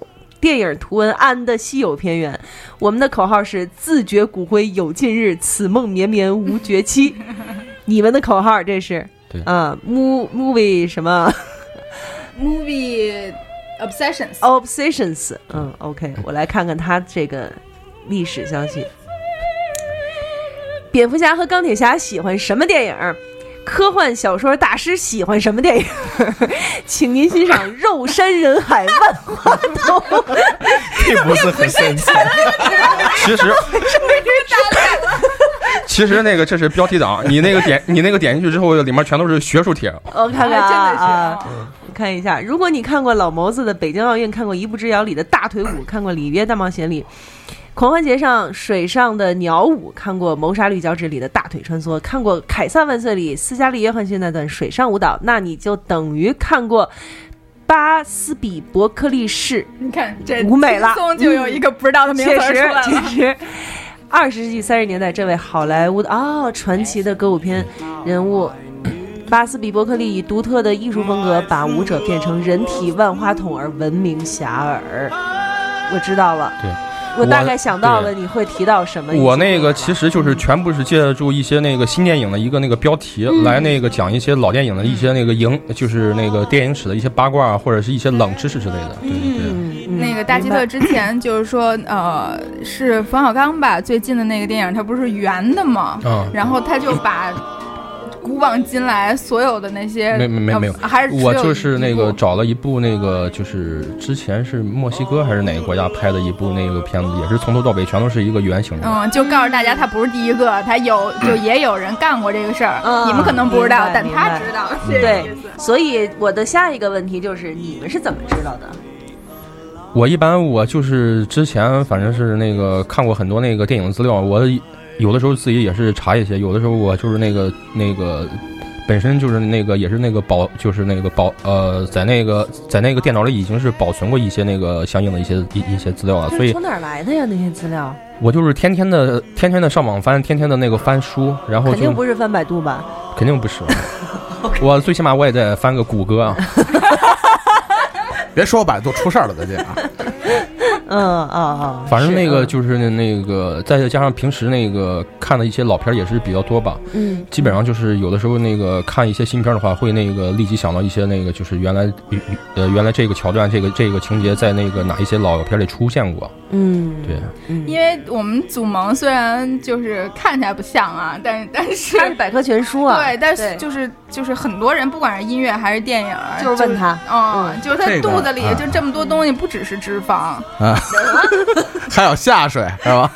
电影图文安的稀有片源，我们的口号是“自觉骨灰有尽日，此梦绵绵无绝期”。你们的口号这是？对啊，mo movie 什么？ movie obsessions。哦 Obsessions，嗯，OK，我来看看他这个历史消息。蝙蝠侠和钢铁侠喜欢什么电影？科幻小说大师喜欢什么电影？ [laughs] 请您欣赏《肉山人海万花筒》。并不是很深沉。 [laughs] 其实，其实那个这是标题党，你那个点你那个点进去之后，里面全都是学术帖。我看看啊啊真的是啊啊，我看一下，如果你看过老谋子的《北京奥运》，看过《一步之遥》里的大腿舞，看过《里约大冒险》里《狂欢节上水上的鸟舞》，看过《谋杀绿脚趾》里的大腿穿梭，看过《凯撒万岁》里斯嘉丽·约翰逊那段水上舞蹈，那你就等于看过巴斯比伯克利市你看这舞美了轻松就有一个不知道的名词确实儿出来确了。实。二十世纪三十年代，这位好莱坞的哦传奇的歌舞片人物巴斯比伯克利以独特的艺术风格，把舞者变成人体万花筒而闻名遐迩。我知道了，我我大概想到了你会提到什么。我那个其实嗯就是全部是借助一些那个新电影的一个那个标题嗯来那个讲一些老电影的一些那个影，就是那个电影史的一些八卦啊或者是一些冷知识之类的。对对对，嗯那个大吉特之前 [coughs] 就是说，呃，是冯小刚吧？最近的那个电影，它不是圆的吗？啊、然后他就把古往今来所有的那些没没没没有呃还是只我有就是一那部个找了一部那个就是之前是墨西哥还是哪个国家拍的一部那个片子，也是从头到尾全都是一个圆形的。嗯，就告诉大家他不是第一个，他有就也有人干过这个事儿，嗯你们可能不知道，明白但他明白知道。明白对，所以我的下一个问题就是，你们是怎么知道的？我一般我就是之前反正是那个看过很多那个电影资料，我有的时候自己也是查一些，有的时候我就是那个那个本身就是那个也是那个保就是那个保呃在那个在那个电脑里已经是保存过一些那个相应的一些一一些资料了，所是以从哪儿来的呀？那些资料我就是天天的天天的上网翻，天天的那个翻书，然后肯就定不是翻百度吧？肯定 [laughs] 不是，我最起码我也得翻个谷歌啊。别说百度出事儿了，再见 [laughs] 啊！嗯啊啊，反正那个是就是那那个，再加上平时那个看的一些老片儿也是比较多吧，嗯，基本上就是有的时候那个看一些新片儿的话，会那个立即想到一些那个就是原来呃原来这个桥段这个这个情节在那个哪一些老片儿里出现过，嗯，对， [laughs] 因为我们祖萌虽然就是看起来不像啊，但但是它是百科全书啊。对，但是对就是就是很多人不管是音乐还是电影，就是问他嗯，就是他这个肚子里啊就这么多东西，不只是脂肪，还有下水是吧？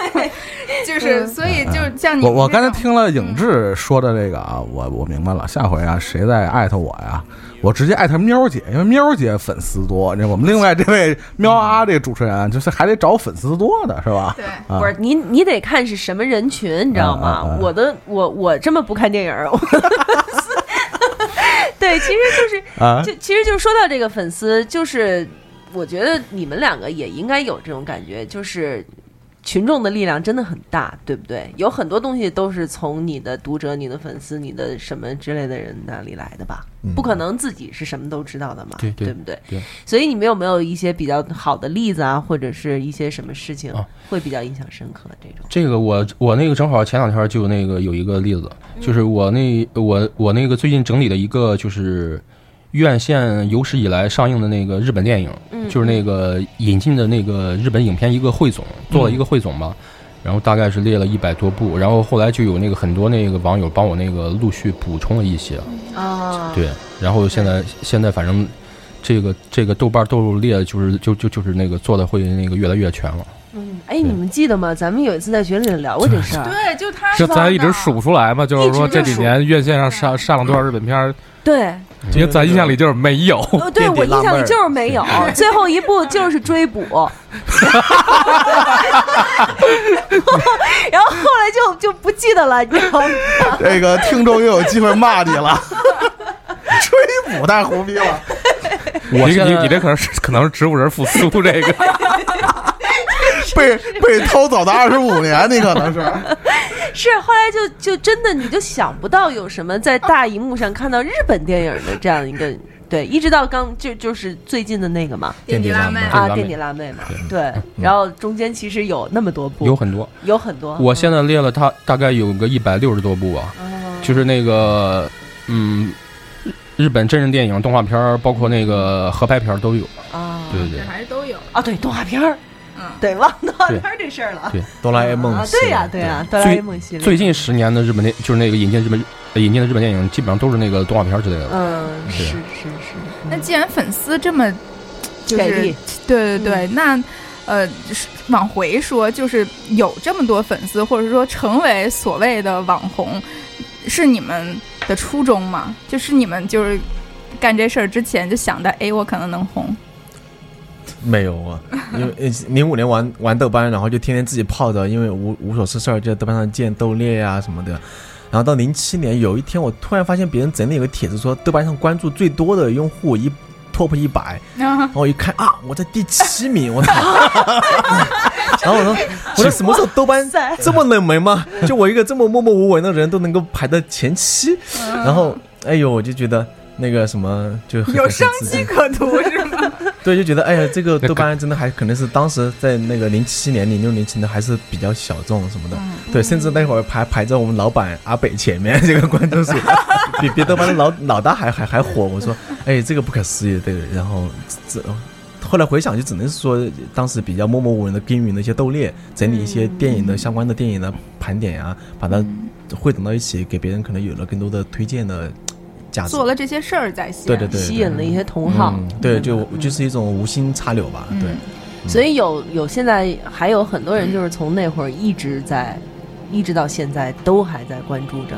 就是所以就是像嗯你我我刚才这种听了影志说的这个啊，我我明白了，下回啊，谁再艾特我呀，我直接艾特喵姐，因为喵姐粉丝多。这我们另外这位喵啊，这个主持人就是还得找粉丝多的是吧？对。啊不是你，你得看是什么人群，你知道吗？嗯嗯嗯我的，我我这么不看电影儿，我 [laughs] 对，其实就是啊，就其实就是说到这个粉丝，就是我觉得你们两个也应该有这种感觉，就是群众的力量真的很大，对不对？有很多东西都是从你的读者、你的粉丝、你的什么之类的人那里来的吧， [laughs] 不可能自己是什么都知道的嘛，对对不对？对所以你们有没有一些比较好的例子啊，或者是一些什么事情啊会比较印象深刻这种？这个我我那个正好前两天就那个有一个例子，就是我那我我那个最近整理的一个就是院线有史以来上映的那个日本电影，就是那个引进的那个日本影片一个汇总，做了一个汇总吧。然后大概是列了一百多部，然后后来就有那个很多那个网友帮我那个陆续补充了一些，啊，对，然后现在现在反正这个这个豆瓣豆列就是就就就是那个做的会那个越来越全了。嗯，哎，你们记得吗？咱们有一次在群里聊过这事儿，对，就他这说咱一呢直数不出来嘛，就是说这几年院线上上上了多少日本片儿，对，嗯因为咱印象里就是没有。哦，对遍地我印辣象妹里就是没儿有， [laughs] 最后一步就是追 [laughs] 捕，然后后来就就不记得了，你知道吗？这个听众又有机会骂你了，吹补带胡逼了。我你现你在你这可能是可能是植物人复苏这个，被被偷走的二十五年，你可能是。是后来就就真的你就想不到有什么在大荧幕上看到日本电影的这样一个。对，一直到刚就就是最近的那个嘛，垫底辣妹垫底辣妹啊，垫底辣妹嘛，对，然后中间其实有那么多部，有很多。有很多，我现在列了它大概有个一百六十多部吧，嗯就是那个嗯，日本真人电影、动画片儿，包括那个合拍片儿都有。啊对对对还是都有，啊，对动画片儿，嗯，对，忘动画片儿这事儿了， [laughs] 哆啦 A 梦啊，系列对呀对呀，哆啦 A 梦系对，列，最近十年的日本电就是那个引进日本呃引进的日本电影，基本上都是那个动画片儿之类的。嗯，是对是是，那既然粉丝这么就是给力，嗯对对对，那呃，是往回说，就是有这么多粉丝，或者说成为所谓的网红，是你们的初衷吗？就是你们就是干这事儿之前就想到，哎，我可能能红， [laughs] [laughs] 没有啊，因为零五年玩玩豆瓣，然后就天天自己泡着，因为无无所事事儿，就在豆瓣上建斗猎呀、什么的。然后到零七年有一天，我突然发现别人整理有个帖子说，豆瓣上关注最多的用户一 top 一百，然后我一看啊，我在第七名，我操！ [laughs] 然后我说，我说什么时候豆瓣塞这么冷门吗？就我一个这么默默无闻的人都能够排到前七，然后哎呦，我就觉得那个什么，就很有很生刺激机可图是吗？对，就觉得哎呀，这个豆瓣真的还可能是当时在那个零七年、零六年前的还是比较小众什么的，嗯对，甚至那会儿排排在我们老板阿北前面，这个关注数比比豆瓣的老老大还还还火。我说，哎，这个不可思议，对。然后这呃后来回想，就只能是说当时比较默默无闻的耕耘的一些斗猎，整理一些电影的相关的电影的盘点呀、把它汇总到一起，给别人可能有了更多的推荐的价值。做了这些事儿在先。对对对，吸引了一些同好。嗯，对，就嗯就是一种无心插柳吧，嗯对。所以有有现在还有很多人就是从那会儿一直在，一直到现在都还在关注着。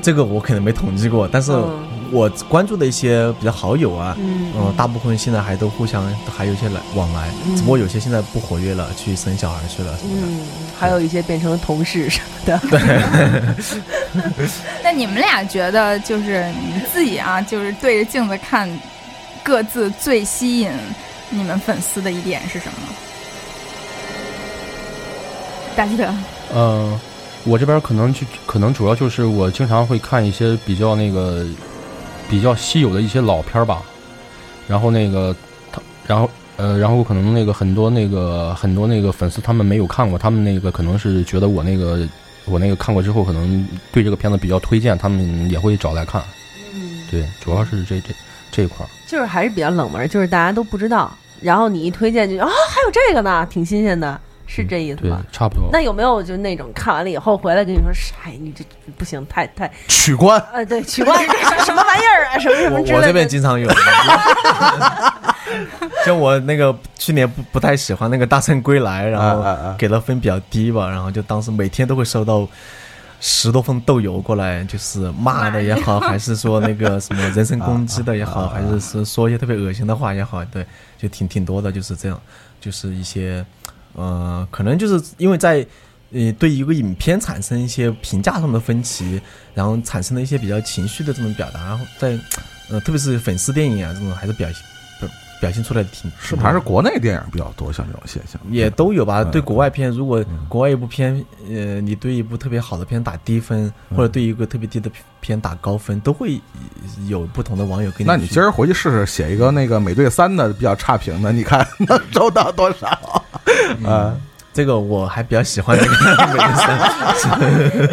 这个我可能没统计过，但是嗯我关注的一些比较好友啊，嗯嗯，大部分现在还都互相还有一些来往来，只不过有些现在不活跃了，去生小孩去了什么的。嗯，还有一些变成同事什么的。那你们俩觉得，就是你们自己啊，就是对着镜子看，各自最吸引你们粉丝的一点是什么？大记者，呃，我这边可能就可能主要就是我经常会看一些比较那个比较稀有的一些老片儿吧，然后那个他，然后呃，然后可能那个很多那个很多那个粉丝他们没有看过，他们那个可能是觉得我那个我那个看过之后，可能对这个片子比较推荐，他们也会找来看。嗯，对，主要是这这这一块儿。就是还是比较冷门，就是大家都不知道。然后你一推荐就啊，还有这个呢，挺新鲜的，是这意思对吗？，差不多。那有没有就那种看完了以后回来跟你说，哎，你这不行，太太取关，呃，对，取关什么玩意儿啊，什么什我么之我这类边的。经常有，就 [laughs] 我那个去年不不太喜欢那个《大圣归来》，然啊啊后啊给的分比较低吧，然后就当时每天都会收到十多份豆油过来，就是骂的也 [laughs] 好，还是说那个什么人身攻击的也啊好，还是说说一些特别恶心的话也好，对，就挺挺多的，就是这样，就是一些呃，可能就是因为在。呃，对一个影片产生一些评价上的分歧，然后产生了一些比较情绪的这种表达，然后在呃，特别是粉丝电影啊这种，还是表现表表现出来的挺是不是还是国内电影比较多，像这种现象也都有吧。嗯对国外片，如果国外一部片，呃，你对一部特别好的片打低分，或者对一个特别低的片打高分，都会有不同的网友跟你去。那你今儿回去试试写一个那个美队三的比较差评的，你看 [laughs] 能收到多少？啊，这个我还比较喜欢这个美国三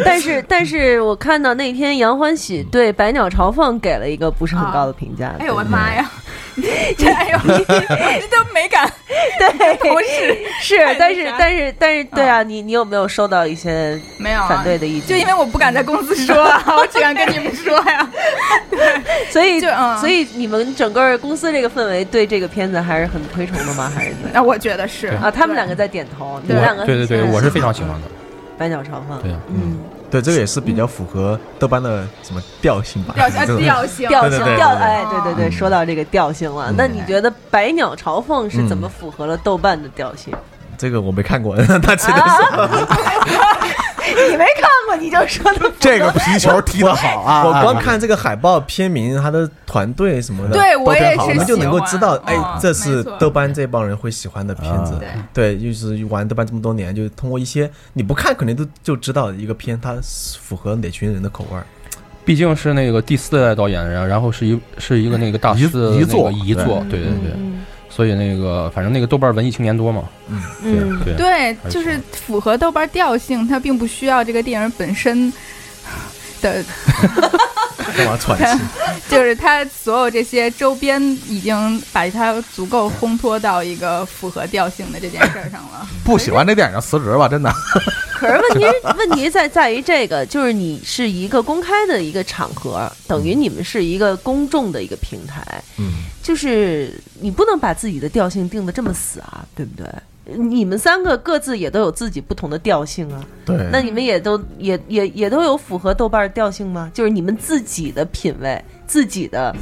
[laughs] 但是，但是我看到那天杨欢喜对《百鸟朝凤》给了一个不是很高的评价。嗯哎呦我的妈呀！嗯这哎呦，我这都没敢。 [laughs] 对，同事是太那，但是啥，但是，但是，对啊，嗯你你有没有收到一些 [laughs] 没有啊反对的意见？就因为我不敢在公司说 [laughs] 啊，我只敢跟你们说呀。所以就嗯所以你们整个公司这个氛围对这个片子还是很推崇 [laughs] 的吗？还是怎那我觉得是对样啊？他们两个在点头，你对们两个 [laughs] 对对对，我是非常喜欢的。百鸟朝凤，对啊嗯，对，这个也是比较符合豆瓣的什么调性吧？调这种调性，调 [laughs] 对性对对调，对对哎，对对对，嗯说到这个调性了，嗯那你觉得百鸟朝凤是嗯怎么符合了豆瓣的调性？这个我没看过， [laughs] 那只能啊，你没看过你就说的 [laughs] 这个皮球踢得好啊！ [laughs] 我光啊看这个海报、片名、他的团队什么的，对我也是我喜们欢，就能够知道，哎嗯，这是没错豆瓣这帮人会喜欢的片子啊。对，就是玩豆瓣这么多年，就通过一些你不看肯定都就知道一个片它是符合哪群人的口 [laughs] 味儿。毕竟是那个第四代导演人，然后是一是一个那个大师的遗遗那作个遗作，对对对，所以那个反正那个豆瓣文艺青年多嘛，嗯对对对，就是符合豆瓣调性，它并不需要这个电影本身的， [laughs] 干嘛喘 [laughs] 气？就是它所有这些周边已经把它足够烘托到一个符合调性的这件事儿上 [laughs] 了。不喜欢这电影就辞职吧，真的。可是问题 [laughs] 是问题在在于这个，就是你是一个公开的一个场合，等于你们是一个公众的一个平台，嗯，就是你不能把自己的调性定得这么死啊，对不对？你们三个各自也都有自己不同的调性啊，对。那你们也都也也也都有符合豆瓣儿调性吗？就是你们自己的品味、自己的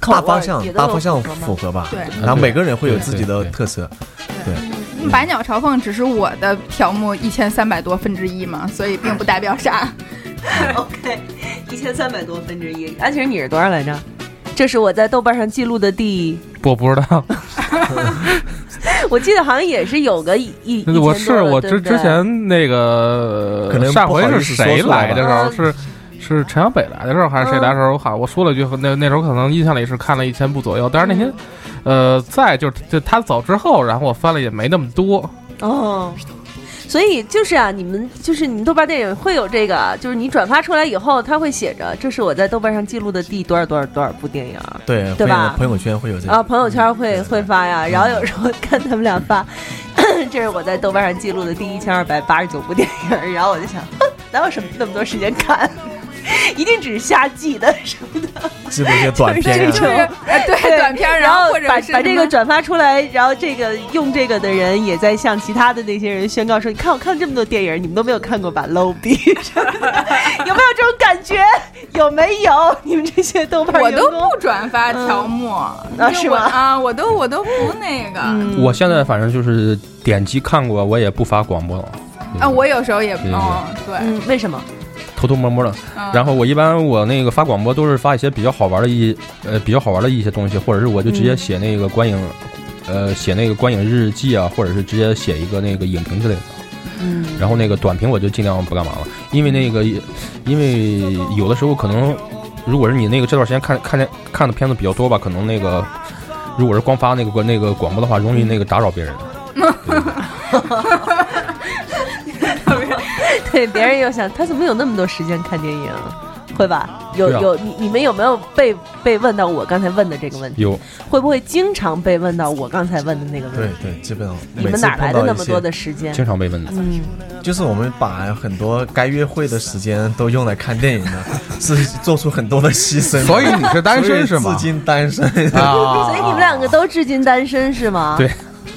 口味大儿方向也，都大有方向吗符合吧？对然后每个人会有对自己的对特色。 《百鸟朝凤》只是我的条目一千三百多分之一嘛，所以并不代表啥。 OK，一千三百多分之一。安晴，你是多少来着？这是我在豆瓣上记录的第， [laughs] 我 [laughs] 不知道，我记得好像也是有个一一，一千多我了是我对之不之对前那个可能上不好回意是思说谁出来啊来的时吧候是。是陈小北来的时候还是谁来嗯的时候，我好我说了一句，那那时候可能印象里是看了一千部左右，但是那天，嗯呃，在就是就他走之后，然后我翻了也没那么 [laughs] 多，哦。所以就是啊，你们就是你们豆瓣电影会有这个，就是你转发出来以后，它会写着这是我在豆瓣上记录的第多少多少多少部电影啊，对对会有吧朋友圈会有这啊个，朋友圈会会发呀，然后有时候看他们俩发， [clears throat] 这是我在豆瓣上记录的第一千二百八十九部电影，然后我就想，哼哪有什么那么多时间看， [laughs] 一定只是瞎记的什么的。记录一些短 [laughs] 就片是啊。 [laughs] 呃对短片，哦哎然后或者把是把什这么个转发出来，然后这个用这个的人也在向其他的那些人宣告说：“你看我看这么多电影，你们都没有看过吧？low 逼， [laughs] 有没有这种感觉？有没有？你们这些豆瓣我员都工不转发条目，嗯啊就是我吗嗯啊，我都我都不那个、我现在反正就是点击看过，我也不发广播了。啊，我有时候也对嗯对，嗯，为什么？偷偷摸摸的。嗯然后我一般我那个发广播都是发一些比较好玩的一呃比较好玩的一些东西，或者是我就直接写那个观影，呃写那个观影日记啊，或者是直接写一个那个影评之类的。嗯，然后那个短评我就尽量不干嘛了，因为那个，因为有的时候可能，如果是你那个这段时间看看的看的片子比较多吧，可能那个，如果是光发那个那个广播的话，容易那个打扰别人。对，别 [laughs] 人又想他怎么有那么多时间看电影，啊会吧？有对啊有，你你们有没有被被问到我刚才问的这个问题？有会不会经常被问到我刚才问的那个对问题？对，基本上你每们次哪来碰的到那一么多些，的时间？经常被问的，嗯，就是我们把很多该约会的时间都用来看电影 [laughs] 的，是做出很多的牺牲的。所以你是单身是所以吗至？今单身。 [laughs] 啊所以你们两个都至今单身是吗？对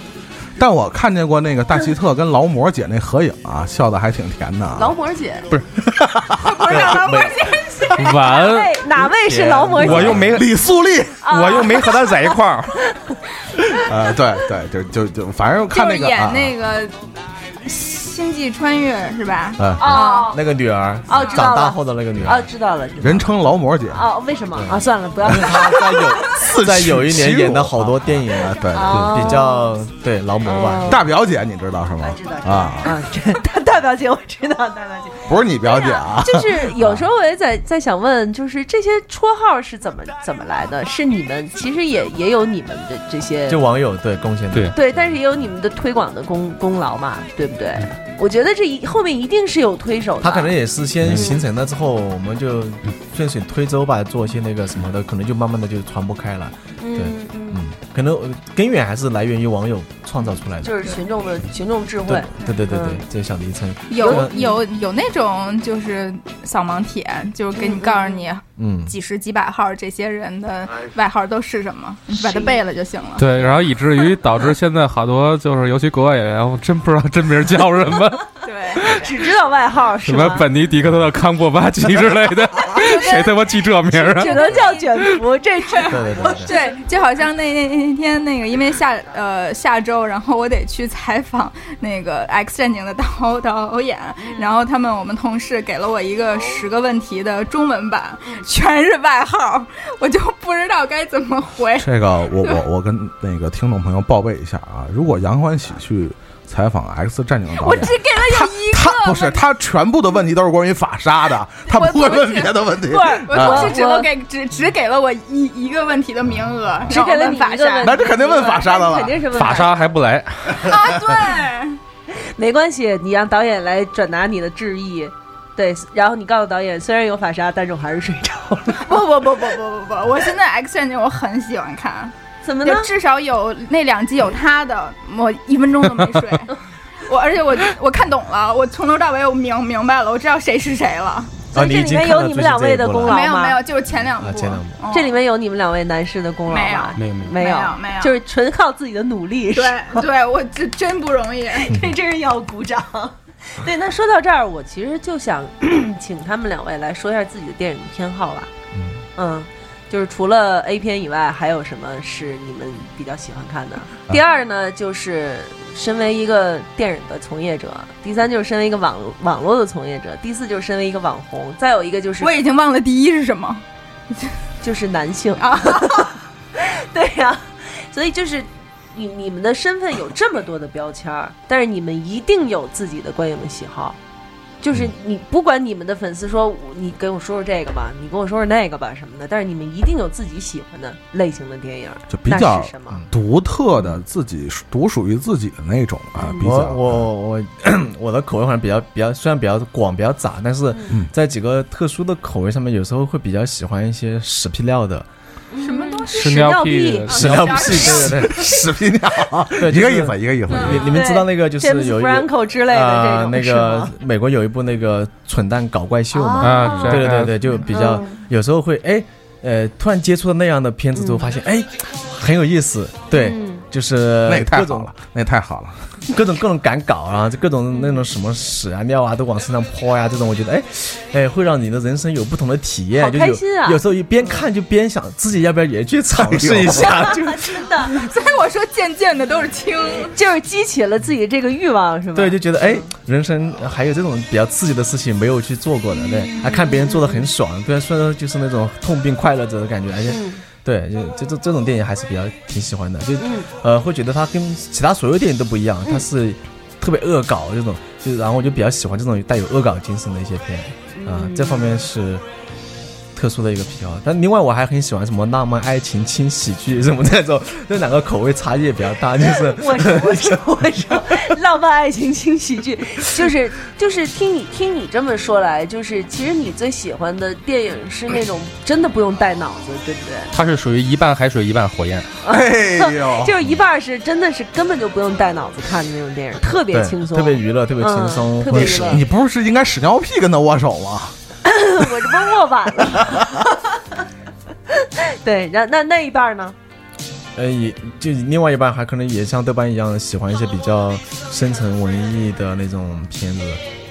[laughs] 但我看见过那个大奇特跟劳模姐那合影啊，笑的还挺甜的啊。劳模姐不是，不是劳模姐，哪晚，位哪位是劳模姐？我又没李素丽，我又没和他在一块儿。 [laughs] 呃，对对，就就就，反正看就那是个演啊，那个《星际穿越》是吧？嗯，哦那个女儿，哦知道了长大后的那个女哦，儿，知道了，知道了人称劳模姐，哦，为什么啊？算了，不要她在有在 [laughs] 有一年演的好多电影啊，啊对，哦对，比较对劳模吧。大表姐你知道是吗？知道知道啊， [laughs] 啊，这大大表姐我知道，大表姐。不是你表姐哎啊，就是有时候我也在在想问，就是这些绰号是怎么怎么来的？是你们其实也也有你们的这些就网友对贡献的对对，但是也有你们的推广的功功劳嘛，对不对？我觉得这一后面一定是有推手的。嗯嗯他可能也是先形成了之后，我们就顺水推舟吧，做一些那个什么的，可能就慢慢的就传播开了。对，嗯，可能呃根源还是来源于网友创造出来的。就是群众的群众智慧对。对对对对嗯，这小昵称，有嗯有有那种就是扫盲帖，就是给你告诉你嗯，几十几百号这些人的外号都是什么，你把它背了就行了。对，然后以至于导致现在好多就是，尤其国外演员，我真不知道真名叫 [laughs] 什么，对，只知道外号是什么吧？本尼迪克特的康伯巴奇之类 [laughs] 的，谁他妈记这名儿啊？只能叫卷 [laughs] 福，这是对对对 [laughs] 对，对，就好像那那那天那个，因为下呃下周，然后我得去采访那个《X 战警》的导导演，嗯然后他们我们同事给了我一哦个十个问题的中文版，全是外号，我就不知道该怎么回。这个我我我跟那个听众朋友报备一下啊，如果杨欢喜去采访《X 战警》的导我演只。给了有一他个，不是他全部的问题都是关于法沙的，他不会问别的问题。我啊同事只能给只只给了我一一个问题的名额，只给了你一个问然后我问法莎题那这肯定问法沙的了肯。定是问法沙还不来，啊，对。 [laughs] 没关系，你让导演来转达你的致意。对，然后你告诉导演，虽然有法沙，但是我还是睡着了。不不不不不不不！我现在 X 战警我很喜欢看，怎么呢就？至少有那两集有他的，我一分钟都没 [laughs] 睡。我而且我我看懂了，我从头到尾我明明白了，我知道谁是谁了。啊，所以你这已里经面看到有你最们新两这位一的步功了劳没有吗没有，就是前两部。啊前两部嗯这里面有你们两位男士的功劳没有吗？没有没有，没有，有没有就是纯靠自己的努力。是吧对对，我这真不容易。 [laughs] 这真是要鼓掌。 [laughs] 对，那说到这儿，我其实就想 [clears throat] 请他们两位来说一下自己的电影偏好吧。嗯，就是除了 A 片以外，还有什么是你们比较喜欢看的？第二呢，就是身为一个电影的从业者；第三就是身为一个网网络的从业者；第四就是身为一个网红；再有一个就是我已经忘了第一是什么就是男性。 [laughs] 啊！对呀、所以就是你你们的身份有这么多的标签儿，但是你们一定有自己的观影喜好，就是你不管你们的粉丝说你给我说说这个吧，你跟我说说那个吧什么的，但是你们一定有自己喜欢的类型的电影，就比较那是什 [laughs] 么？独特的、自己独属于自己的那种啊，比我较嗯我我我的口味好像比较比较，虽然比较广比较杂，但是嗯在几个特殊的口味上面，有时候会比较喜欢一些屎屁料的，嗯什么东西？屎尿屁啊屎屎尿尿屁屁，对对对， [laughs] 屎屁鸟， [laughs] 对一个就意是嗯思，一个意思。你你们知道那个就嗯是，James 有一个 Franco 之类的这啊种，那是个吗美国有一部那个蠢蛋搞怪秀嘛，啊，对对对对，就比较嗯有时候会哎呃，突然接触了那样的片子之后，发现哎很有意思，对，嗯就是那也太各好种了，那也太好了。各种各种赶稿啊，就各种那种什么屎啊尿啊都往身上泼呀、这种我觉得哎哎会让你的人生有不同的体验，好就开有心啊有时候一边看就边想自己要不要也去尝试一下， [laughs] 就真的所以我说渐渐的都是轻，就是激起了自己这个欲望，是吗？对，就觉得哎，人生还有这种比较刺激的事情没有去做过的，对，嗯啊，看别人做的很爽，对，虽然就是那种痛并快乐着的感觉，而且，嗯对，就这这这种电影还是比较挺喜欢的，就、呃，会觉得它跟其他所有电影都不一样，它是特别恶搞这种，就然后我就比较喜欢这种带有恶搞精神的一些片，啊、嗯这方面是。特殊的一个癖好，但另外我还很喜欢什么浪漫爱情轻喜剧什么那种，这两个口味差异也比较大，就是我说我说我说，浪漫爱情轻喜 [laughs] 剧，就是就是听你听你这么说来，就是其实你最喜欢的电影是那种真的不用带脑子，对不对？它是属于一半海水一半火焰。哎哦呦，就是一半儿是真的是根本就不用带脑子看的那种电影，特别对轻松，特别娱乐，特别轻松，嗯特或别者娱是乐。你不是应该屎尿屁跟他握手吗？ [laughs] 我这不是握晚了。 [laughs] 对，然后那那一半儿呢？呃，也就另外一半还可能也像豆瓣一样喜欢一些比较深层文艺的那种片子。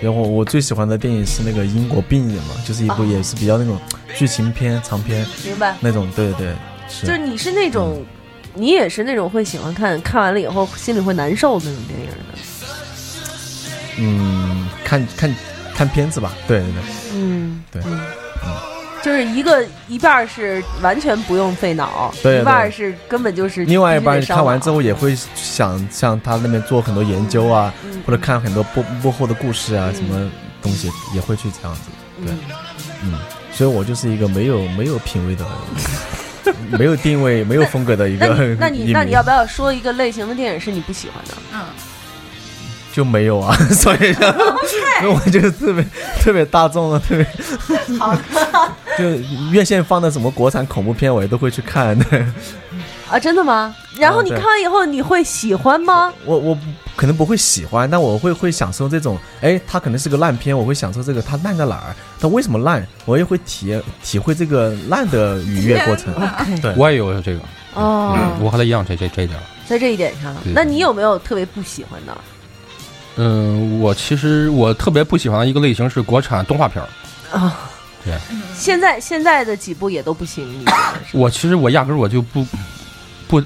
然后我最喜欢的电影是那个《英国病人》嘛，就是一部也是比较那种剧情片、长片明白，那种。对对，就是是你是那种，你也是那种会喜欢看看完了以后心里会难受的那种电影的。嗯，看看看片子吧。对对对，嗯，对嗯就是一个一半儿是完全不用费脑，对对一半儿是根本就是另外一半看完之后，后也会想向他那边做很多研究啊，嗯或者看很多幕幕后的故事啊，什么东西也会去这样子。对，嗯，所以我就是一个没有没有品 [laughs] 味的，没有定位、没有风格的一那个你那影你迷那你要不要说一个类型的电影是你不喜欢的？嗯，就没 [laughs] 有啊，所以说，所以我就是特别特别大众的，特别 [laughs] 就院线放的什么国产恐怖片，我也都会去看。对啊，真的吗？然后啊你对看完以后你会喜欢吗？我我可能不会喜欢，但我会会享受这种，哎，它可能是个烂片，我会享受这个它烂在哪儿，它为什么烂，我也会体验体会这个烂的愉悦 [laughs] 过程。对，我也有这个，哦，嗯我和他一样这这这一点儿。在这一点上，对那你有没有特别不喜欢的？嗯，我其实我特别不喜欢的一个类型是国产动画片儿。啊，对现在现在的几部也都不行， [laughs] 你觉得是吧我其实我压根儿我就不不，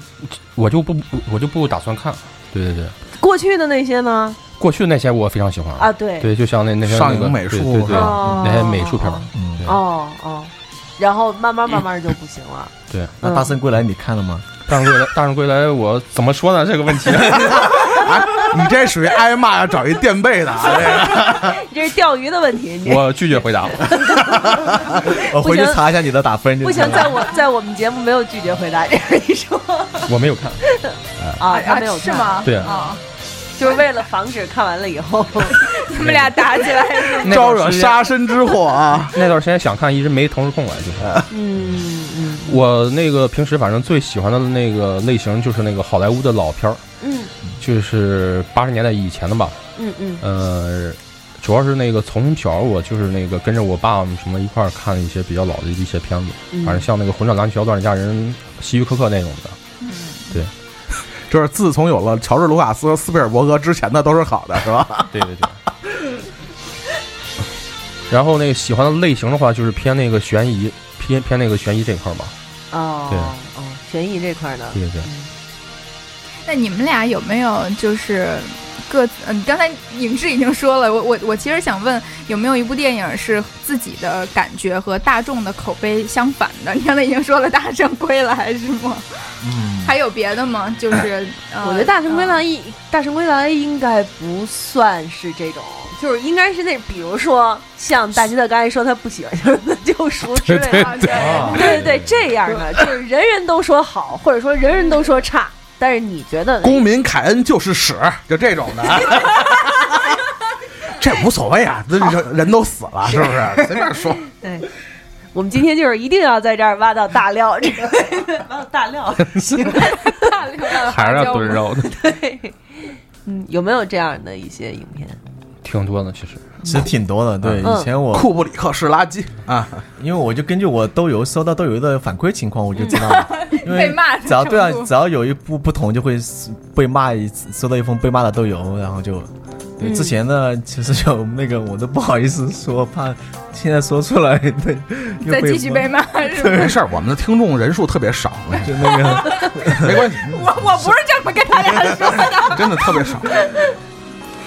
我就不我就不打算看。对对对，过去的那些呢？过去那些我非常喜欢啊，，对，对，就像那那些上那个影美对术对对，哦那些美术片儿哦，嗯，对哦哦，然后慢慢慢慢就不行了。对。那《嗯大圣归来》你看了吗？但是归来，但是归来，我怎么说呢？这个问题， [laughs] 啊你这属于挨骂要找一垫背的啊！这个你这是钓鱼的问题，你我拒绝回答。我哦回去不行查一下你的打分就不知道行，了在我在我们节目没有拒绝回答这个，你说我没有看，啊，他没有啊是看？吗？对啊，就是为了防止看完了以 [laughs] 后，他们俩打起来了。招惹杀身之祸啊！那段时间想看，一直没腾出空来。就是嗯嗯我那个平时反正最喜欢的那个类型就是那个好莱坞的老片儿，嗯就是八十年代以前的吧。嗯嗯呃，主要是那个从小我就是那个跟着我爸什么一块儿看一些比较老的一些片子，嗯，反正像那个《混战篮球》《乱世佳人》《希区柯克》那种的。嗯就是自从有了乔治·卢卡斯、斯皮尔伯格之前的都是好的，是吧？ [laughs] 对对对。 [laughs] 然后那个喜欢的类型的话，就是偏那个悬疑，偏偏那个悬疑这块儿吧。哦对哦，悬疑这块呢，对对那你们俩有没有就是各自？嗯、你刚才影视已经说了，我我我其实想问，有没有一部电影是自己的感觉和大众的口碑相反的？你刚才已经说了《大圣归来》是吗？嗯，还有别的吗？ [laughs] 就是、呃我觉得《大圣归来》一《大圣归来》应该不算是这种就是应该是那，比如说像大吉特刚才说他不喜欢就是救赎之对类对的，啊 [laughs] 对啊对对对，这样的就是人人都说好，或者说人人都说差，但是你觉得 [laughs] 公民凯恩就是屎，就这种 [laughs] 的。啊这无所谓啊，这人人都死了，是不是？随便说。对，我们今天就是一定要在这儿挖到大料之 [laughs] 类的，挖到大料。 [laughs] 大量的还是花椒要炖肉的，对，嗯，有没有这样的一些影片？ [laughs] 挺多的其实。其实挺多的。对，嗯以前我库布里克是垃圾啊！因为我就根据我豆油搜到豆油的反馈情况，我就知道了。 [laughs] 因为被骂的只要对啊程，度只要有一部不同，就会被骂一次，收到一封被骂的豆油，然后就。对，之前呢，其实有那个，我都不好意思说，怕现在说出来，对，又再继续被骂，是吧？没事儿，我们的听众人数特别少，就那个， [laughs] 没关系，我我不是这么跟他俩说的，真的特别少。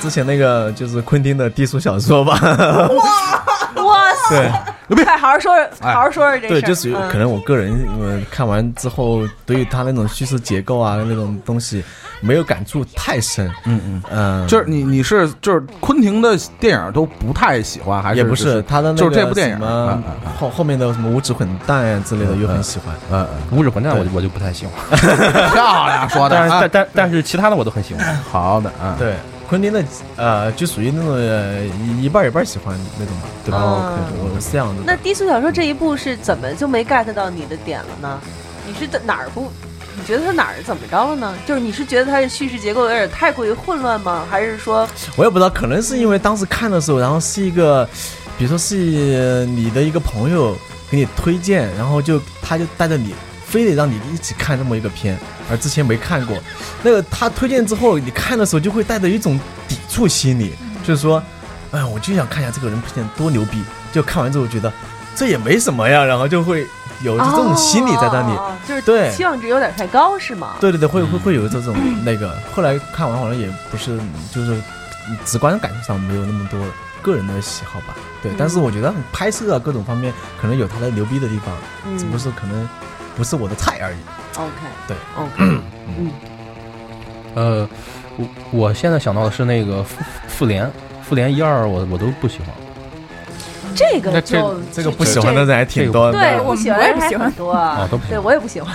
之前那个就是昆汀的低俗小说吧， [laughs] 哇塞！ [laughs] 对快好好说说，哎好好说说这事儿。对，就属于嗯可能我个人，呃，看完之后，对于他那种叙事结构啊，那种东西没有感触太深，嗯嗯，嗯，就是你你是就是昆汀的电影都不太喜欢，还是也就不是他的那就是个这部电影什啊么后后面的什么无耻混蛋呀之类的，又很喜欢，啊嗯五指混蛋我就我就不太喜欢，嗯漂亮说的但是啊但，但但是其他的我都很喜欢。好的啊，对，昆汀的呃，就属于那种呃一一半儿一半儿喜欢那种，对吧？哦对我我是这样子的。那低俗小说这一部是怎么就没 get 到你的点了呢？你是在哪儿不？你觉得它哪儿怎么着了呢？就是你是觉得它的叙事结构有点太过于混乱吗？还是说 [laughs] 我也不知道，可能是因为当时看的时候，然后是一个，比如说是你的一个朋友给你推荐，然后就他就带着你，非得让你一起看这么一个片，而之前没看过。那个他推荐之后，你看的时候就会带着一种抵触心理，就是说，哎呀，我就想看一下这个人推荐多牛逼，就看完之后觉得这也没什么呀，然后就会有这种心理在那里。哦就是对期望值有点太高是吗？对对对，会嗯会会有 [clears throat] 这种那个。后来看完好像也不是，就是直观的感受上没有那么多个人的喜好吧。对，嗯但是我觉得拍摄啊各种方面可能有它的牛逼的地方，嗯只不过是可能不是我的菜而已。 [laughs] OK，对，OK，呃，我我现在想到的是那个复复联，复联一二我我都不喜欢。这个那这就这个不喜欢的这人还挺多的。对，我不们喜欢我也人不还喜欢很多啊哦都不喜对欢我也不喜欢，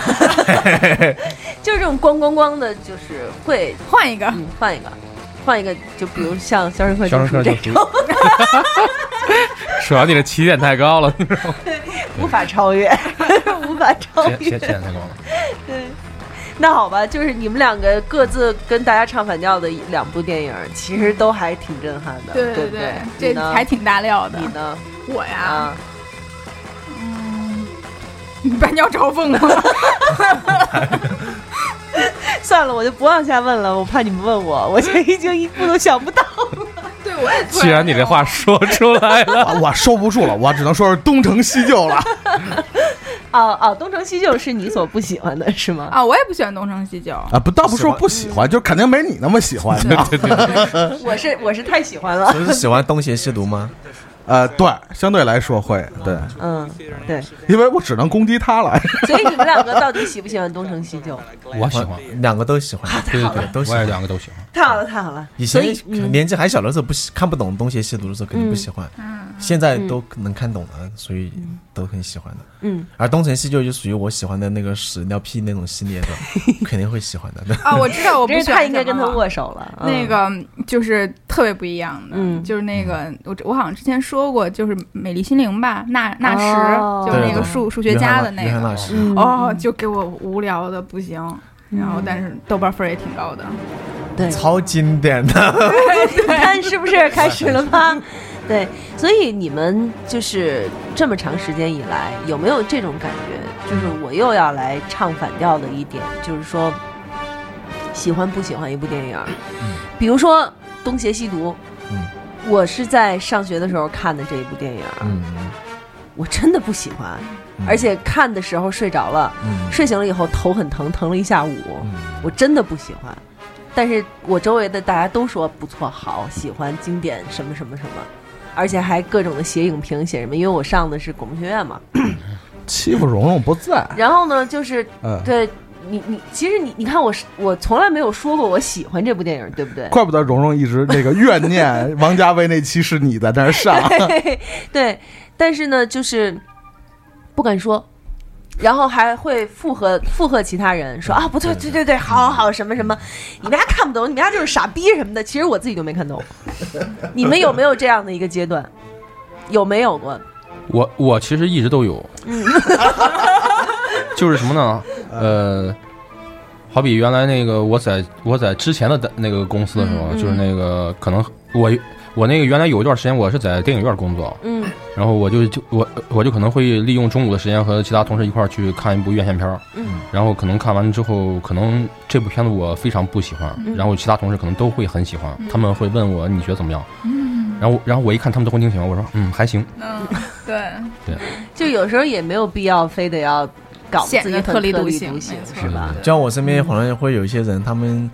就是这种咣咣咣的，就是会换一个。嗯换一个，换一个，就比如像《肖申克肖申克这救种赎，主啊要你这起点太高了，无法超越， [laughs] 无法超写写越写。点太高了。对，那好吧，就是你们两个各自跟大家唱反调的两部电影，其实都还挺震撼的，对对不对，你这呢还挺大料的你。呢我呀，啊，嗯， [laughs] 你把你要嘲讽 [laughs] 我，算了，我就不往下问了，我怕你们问我，我这已经一步都想 [laughs] 不到。对我也突既然你这话说出来 [laughs] 了，啊我我收不住了，我只能说是东成西就了。啊啊，东成西就，是你所不喜欢的是吗？啊，我也不喜欢东成西就， [laughs] 啊，不，倒不是说不喜欢，嗯就肯定没你那么喜欢。你知道吗我 [laughs] 是我是太喜欢了，就是喜欢东邪西毒吗？ [laughs] 呃，对，相对来说会对，嗯，对，因为我只能攻击他了。 [laughs] 所以你们两个到底喜不喜欢东成西就？我喜欢，两个都喜 [laughs] 欢。对对对，都喜我也欢两个都喜欢。太好了， [laughs] 太好了。以所前以嗯年纪还小的时候不喜看不懂东邪西毒的时候肯定不喜欢，嗯现在都能看懂了，所以都很喜欢的。嗯，而东成西就就属于我喜欢的那个屎尿屁那种系 [laughs] 列的，肯定会喜欢的。啊，我知道我不真是 [laughs] 喜欢太应该什跟么他了握手了。嗯那个就是特别不一样的，嗯就是那个我我好像之前说过，就是《美丽心灵》吧，纳纳什，哦就是那对个对数数学家的那约翰个，纳什，嗯哦，就给我无聊的不行。然后，但是豆瓣分儿也挺高的，对， [laughs] 超经典的。看是不是开始了 [laughs] 吗？对，所以你们就是这么长时间以来，有没有这种感觉？就是我又要来唱反调的一点，就是说，喜欢不喜欢一部电影儿，比如说《东邪西毒》，嗯我是在上学的时候看的这一部电影儿，嗯， [laughs] 我真的不喜欢，嗯而且看的时候睡着了，嗯睡醒了以后头很疼，疼了一下午，我真的不喜欢。但是我周围的大家都说不错，好喜欢经典什么什么什么，而且还各种的写影评写什么，因为我上的是广播学院嘛。欺负蓉蓉不在，然后呢，就是嗯，对你你，其实你你看我是我从来没有说过我喜欢这部电影，对不对？怪不得蓉蓉一直那个怨念王家卫那期是你在那儿上， [laughs] 对，但是呢，就是不敢说，然后还会附和附和其他人说啊，不对，对对对，好好好，什么什么，你们家看不懂，你们家就是傻逼什么的。其实我自己都没看懂，你们有没有这样的一个阶段？有没有过？我我其实一直都有，嗯 [laughs] 就是什么呢？呃，好比原来那个我在我在之前的单那个公司的时候，嗯嗯就是那个可能我我那个原来有一段时间我是在电影院工作，嗯然后我就就我我就可能会利用中午的时间和其他同事一块儿去看一部院线片儿，嗯然后可能看完之后，可能这部片子我非常不喜欢，嗯然后其他同事可能都会很喜嗯欢，他们会问我你觉得怎么样？嗯然后然后我一看他们都很挺喜欢，我说嗯还行，嗯， [laughs] 对，就有时候也没有必要非得要搞显自己得很特立独独行，行没错是吧？ [laughs] 就像我身边可能会有一些人，他们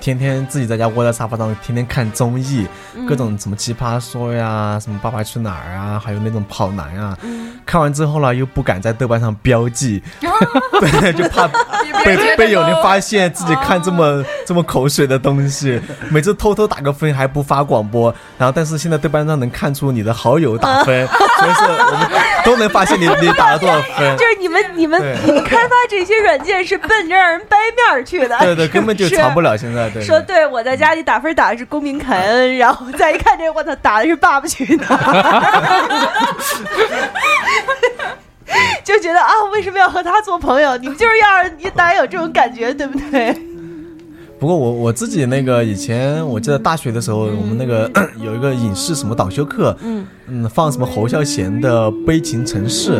天天自己在家窝在沙发上，天天看综艺，嗯各种什么奇葩说呀，什么爸爸去哪儿啊，还有那种跑男啊，嗯看完之后呢，又不敢在豆瓣上标记， [laughs] 对，就怕 [laughs] 被被有人发现自己看这么这么口水的东西，每次偷偷打个分还不发广播，然后但是现在豆瓣上能看出你的好友打 [laughs] 分，所以说我们都能发现你你打了多少分就。是你们你们对你们 [laughs] 开发这些软件是奔着让人掰面儿去的，对对，根本就是藏不了。现在对。说对，我在家里打分打的是公民凯恩，然后再一看这，我操，打的是 [laughs] 爸爸去哪儿，就觉得啊，为什么要和他做朋友？你们就是要让你大家有这种感觉，对不对？不过我我自己那个以前我记得大学的时候，我们那个 [clears throat] 有一个影视什么导修课，嗯放什么侯孝贤的《悲情城市》，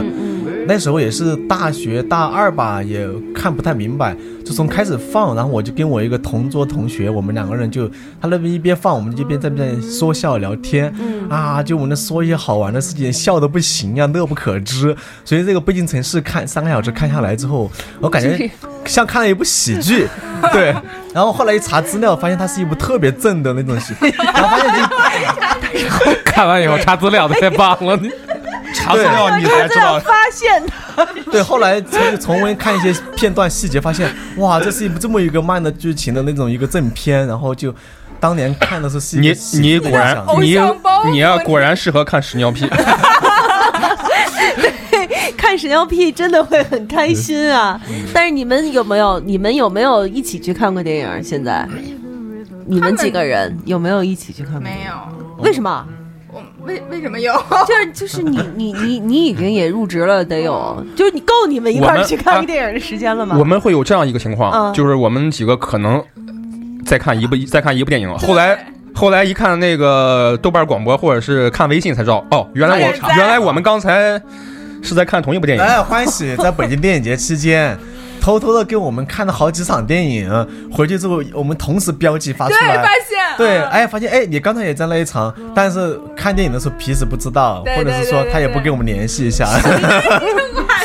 那时候也是大学大二吧，也看不太明白，就从开始放，然后我就跟我一个同桌同学，我们两个人就他那边一边放，我们就一边在那边说笑聊天，啊，就我们说一些好玩的事情，笑的不行呀、乐不可支。所以这个《悲情城市》看三个小时看下来之后，我感觉像看了一部 [laughs] 喜剧，对。然后后来一查资料，发现它是一部特别正的那种喜， [laughs] 然后发现这看完以后查资料太棒 [laughs] 了，你查资料你才知道发现他对，后来重重温看一些片段细节，发现哇，这是一部这么一个慢的剧情的那种一个正片，然后就当年看的时候是一你个喜你剧果的然想偶你像包袱你呀、果然适合看屎尿屁，看屎尿屁真的会很开心啊！嗯但是你们有没有？你们有没有一起去看过电影？现在你们几个人有没有一起去看过？没有，嗯为什么？我为为什么有？ [laughs] 就是就是你你你你已经也入职了，得有，就是你够你们一块我儿们去看个电影的时间了吗？我们会有这样一个情况，嗯就是我们几个可能再看一部再看一部电影，后来后来一看那个豆瓣广播或者是看微信才知道，哦，原来哎在我原来我们刚才是在看同一部电影。哎，欢喜在北京电影节期间。偷偷的给我们看了好几场电影，回去之后我们同时标记发出对，来发， [laughs] 现对，哎，发现哎，你刚才也在那一场，但是看电影的时候平时不知道，嗯对或者对是对说对他也对不跟我们联系一下，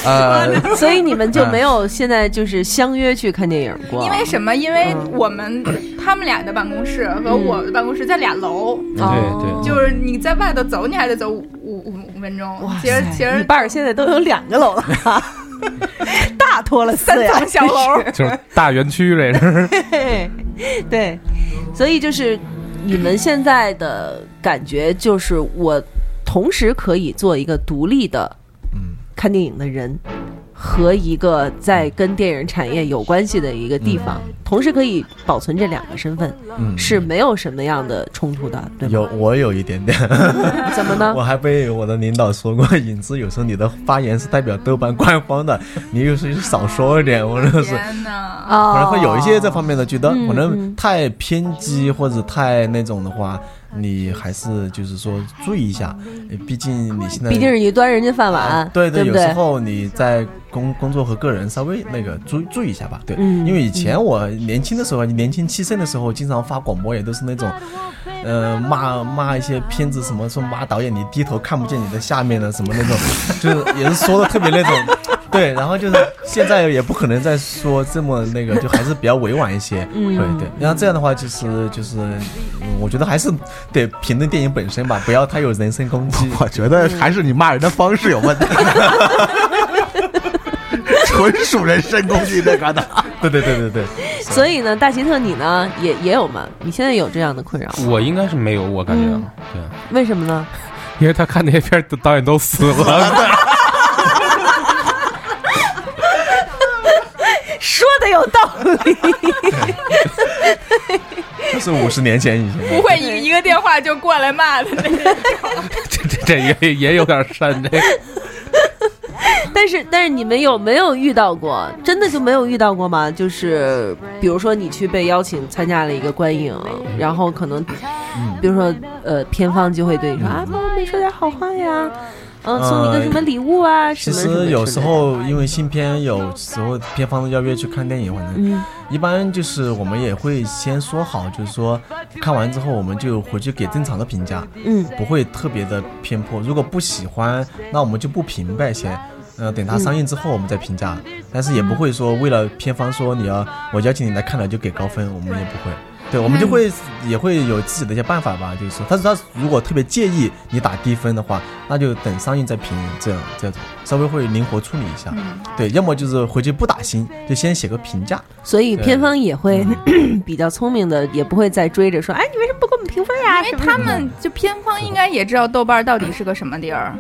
呃，所以你们就没有现在就是相约去看电影过， [laughs] 因为什么？因为我们嗯他们俩的办公室和我的办公室在俩楼，哦对对就是你在外头走，你还得走五五五五分钟。其实其你实伴儿现在都有两个楼了，啊 [laughs] 大拖了四啊三呀层 [laughs] 小楼，就是大园区这是。嘿 [laughs] 对，所以就是你们现在的感觉就是我同时可以做一个独立的，嗯看电影的人。和一个在跟电影产业有关系的一个地方，同时可以保存这两个身份， [laughs] 嗯是没有什么样的冲突的，对吧？有我有一点点，怎么呢我？还被我的领导说过，影子有时候你的发言是代表豆瓣官方的， [laughs] 你有时候少说一点，我真的是。 [laughs] 天哪！哦可能会有一些这方面的觉得，嗯可能嗯太偏激或者太那种的话，你还是就是说注意一下，呃毕竟你现在毕竟是你端人家饭碗，啊对对，有不时对？候你在工工作和个人稍微那个注注意一下吧，对，嗯因为以前我年轻的时候，年轻气盛的时候，经常发广播也都是那种，呃，骂骂一些片子什么，说骂导演你低头看不见你的下面的什么那 [laughs] 种，就是也是说的特别那种。对，然后就是现在也不可能再说这么那个，就还是比较委婉一些。嗯，对对。然后这样的话，就是就是，嗯我觉得还是得评论电影本身吧，不要太有人身攻击。 [laughs] 我觉得还是你骂人的方 [laughs] 式有问题，纯属人身攻击那个的。 [laughs] 对对对对对，所以呢，大奇特你呢也也有吗？你现在有这样的困扰吗？我应该是没有，我感觉啊嗯为什么呢？因为他看那些片儿导演都死了，说的有道理， [laughs] 这是五十年前以前。不会一一个电话就过来骂的那种。这这这也也有点善这个。但是但是你们有没有遇到过？真的就没有遇到过吗？就是比如说你去被邀请参加了一个观影，然后可能，嗯比如说呃片方就会对你说、啊，帮我们说点好话呀，嗯、送你个什么礼物啊，呃什其么什么之类实的有时，候因为新片，有时候片方邀约去看电影，反正嗯一般就是我们也会先说好，就是说看完之后我们就回去给正常的评价，嗯不会特别的偏颇。如果不喜欢，那我们就不评呗先。呃，等它上映之后我们再评价，但是也不会说为了片方说你要我邀请你来看了就给高分，我们也不会。对，我们就会、嗯也会有自己的一些办法吧，就是说，但是他如果特别介意你打低分的话，那就等上映再评，这样这样稍微会灵活处理一下。对，要么就是回去不打星，就先写个评价。所以对片方也会嗯 [clears throat] 比较聪明的，也不会再追着说，哎，你为什么不给我们评分呀？因什为么他们就片方应该也知道豆瓣到底是个什么地儿。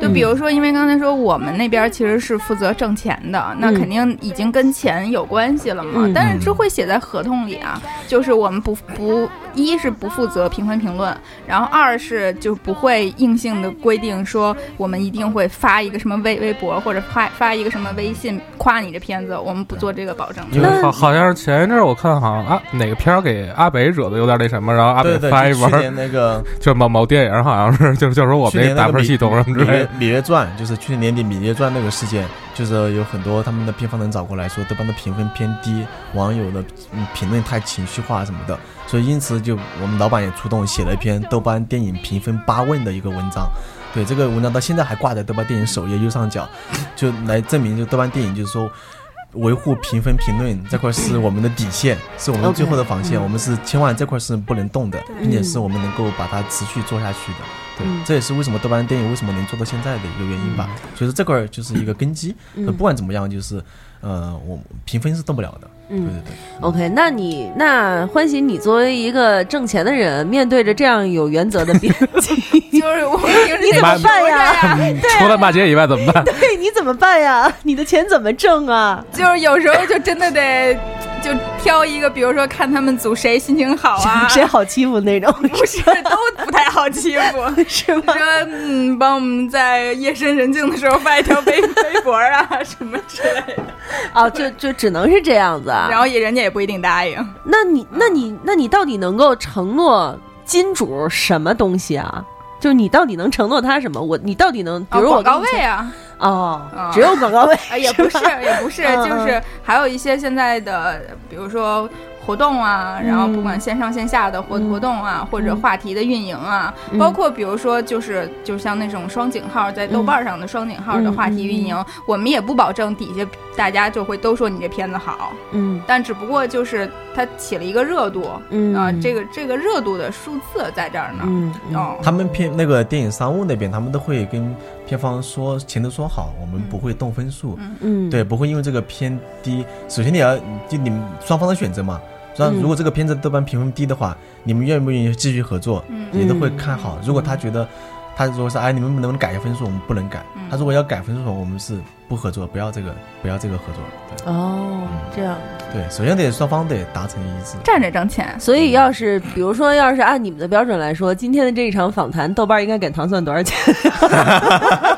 就比如说，因为刚才说我们那边其实是负责挣钱的，那嗯肯定已经跟钱有关系了嘛嗯。但是这会写在合同里啊，就是我们不不一是不负责评分评论，然后二是就不会硬性的规定说我们一定会发一个什么微微博或者发发一个什么微信夸你这片子，我们不做这个保证的。因为好好像是前一阵儿我看好像啊哪个片儿给阿北惹的有点那什么，然后阿北对对，发一就去文，年 [laughs] 那个就某某电影好像是就就说我去们年这打那个分系统什么之《芈类月的，芈月传》，就是去年年底《芈月传》那个事件，就是有很多他们的片方能找过来说豆瓣的评分偏低，网友的嗯评论太情绪化什么的，所以因此就我们老板也出动写了一篇豆瓣电影评分八问的一个文章。对这个文章到现在还挂在豆瓣电影首页右上角，就来证明就豆瓣电影就是说维护评分评论这块是我们的底线，是我们 OK，最后的防线，嗯我们是千万这块是不能动的，并且是我们能够把它持续做下去的。对，嗯这也是为什么豆瓣电影为什么能做到现在的一个原因吧。所以说这块儿就是一个根基，嗯不管怎么样，就是呃，我评分是动不了的。对嗯对对， OK，那你那欢喜，你作为一个挣钱的人，面对着这样有原则的编辑， [laughs] 就是我们平时你怎么得办呀说着呀除了骂街以外怎么办？对，哎你怎么办呀？ [laughs] 你的钱怎么挣啊？ [laughs] 就是有时候就真的得就挑一个，比如说看他们组谁心 [laughs] 情好啊，谁好欺负 [laughs] 那种？不是都不太好欺负。 [laughs] 是吗说？嗯，帮我们在夜深人静的时候发一条微微博啊什么之类的，啊，就就只能是这样子啊。然后也人家也不一定答应。那你那你那你到底能够承诺金主什么东西啊？就是你到底能承诺他什么？我你到底能，比啊如我广跟告你位啊，讲哦嗯，只有广告位啊也不是也不是，嗯就是还有一些现在的，比如说。活动啊，然后不管线上线下的活嗯活动啊，或者话题的运营啊，嗯包括比如说就是就像那种双井号在豆瓣上的双井号的话题运营，嗯我们也不保证底下大家就会都说你这片子好，嗯但只不过就是它起了一个热度啊、嗯这个这个热度的数字在这儿呢。嗯嗯哦，他们片那个电影商务那边，他们都会跟片方说前头说好，我们不会动分数，嗯，对，不会因为这个偏低。首先你要就你们双方的选择嘛。那嗯如果这个片子豆瓣评分低的话，你们愿不愿意继续合作？嗯也都会看好。如果他觉得，他如果说哎你们能不能改一个分数，我们不能改。嗯他嗯如果要改分数，我们是不合作，不要这个，不要这个合作。嗯哦，这样。对对，首先得双方得达成一致。站着挣钱，所以，要是比如说，要是按你们的标准来说，今天的这一场访谈，豆瓣应该给糖蒜多少钱？ [laughs]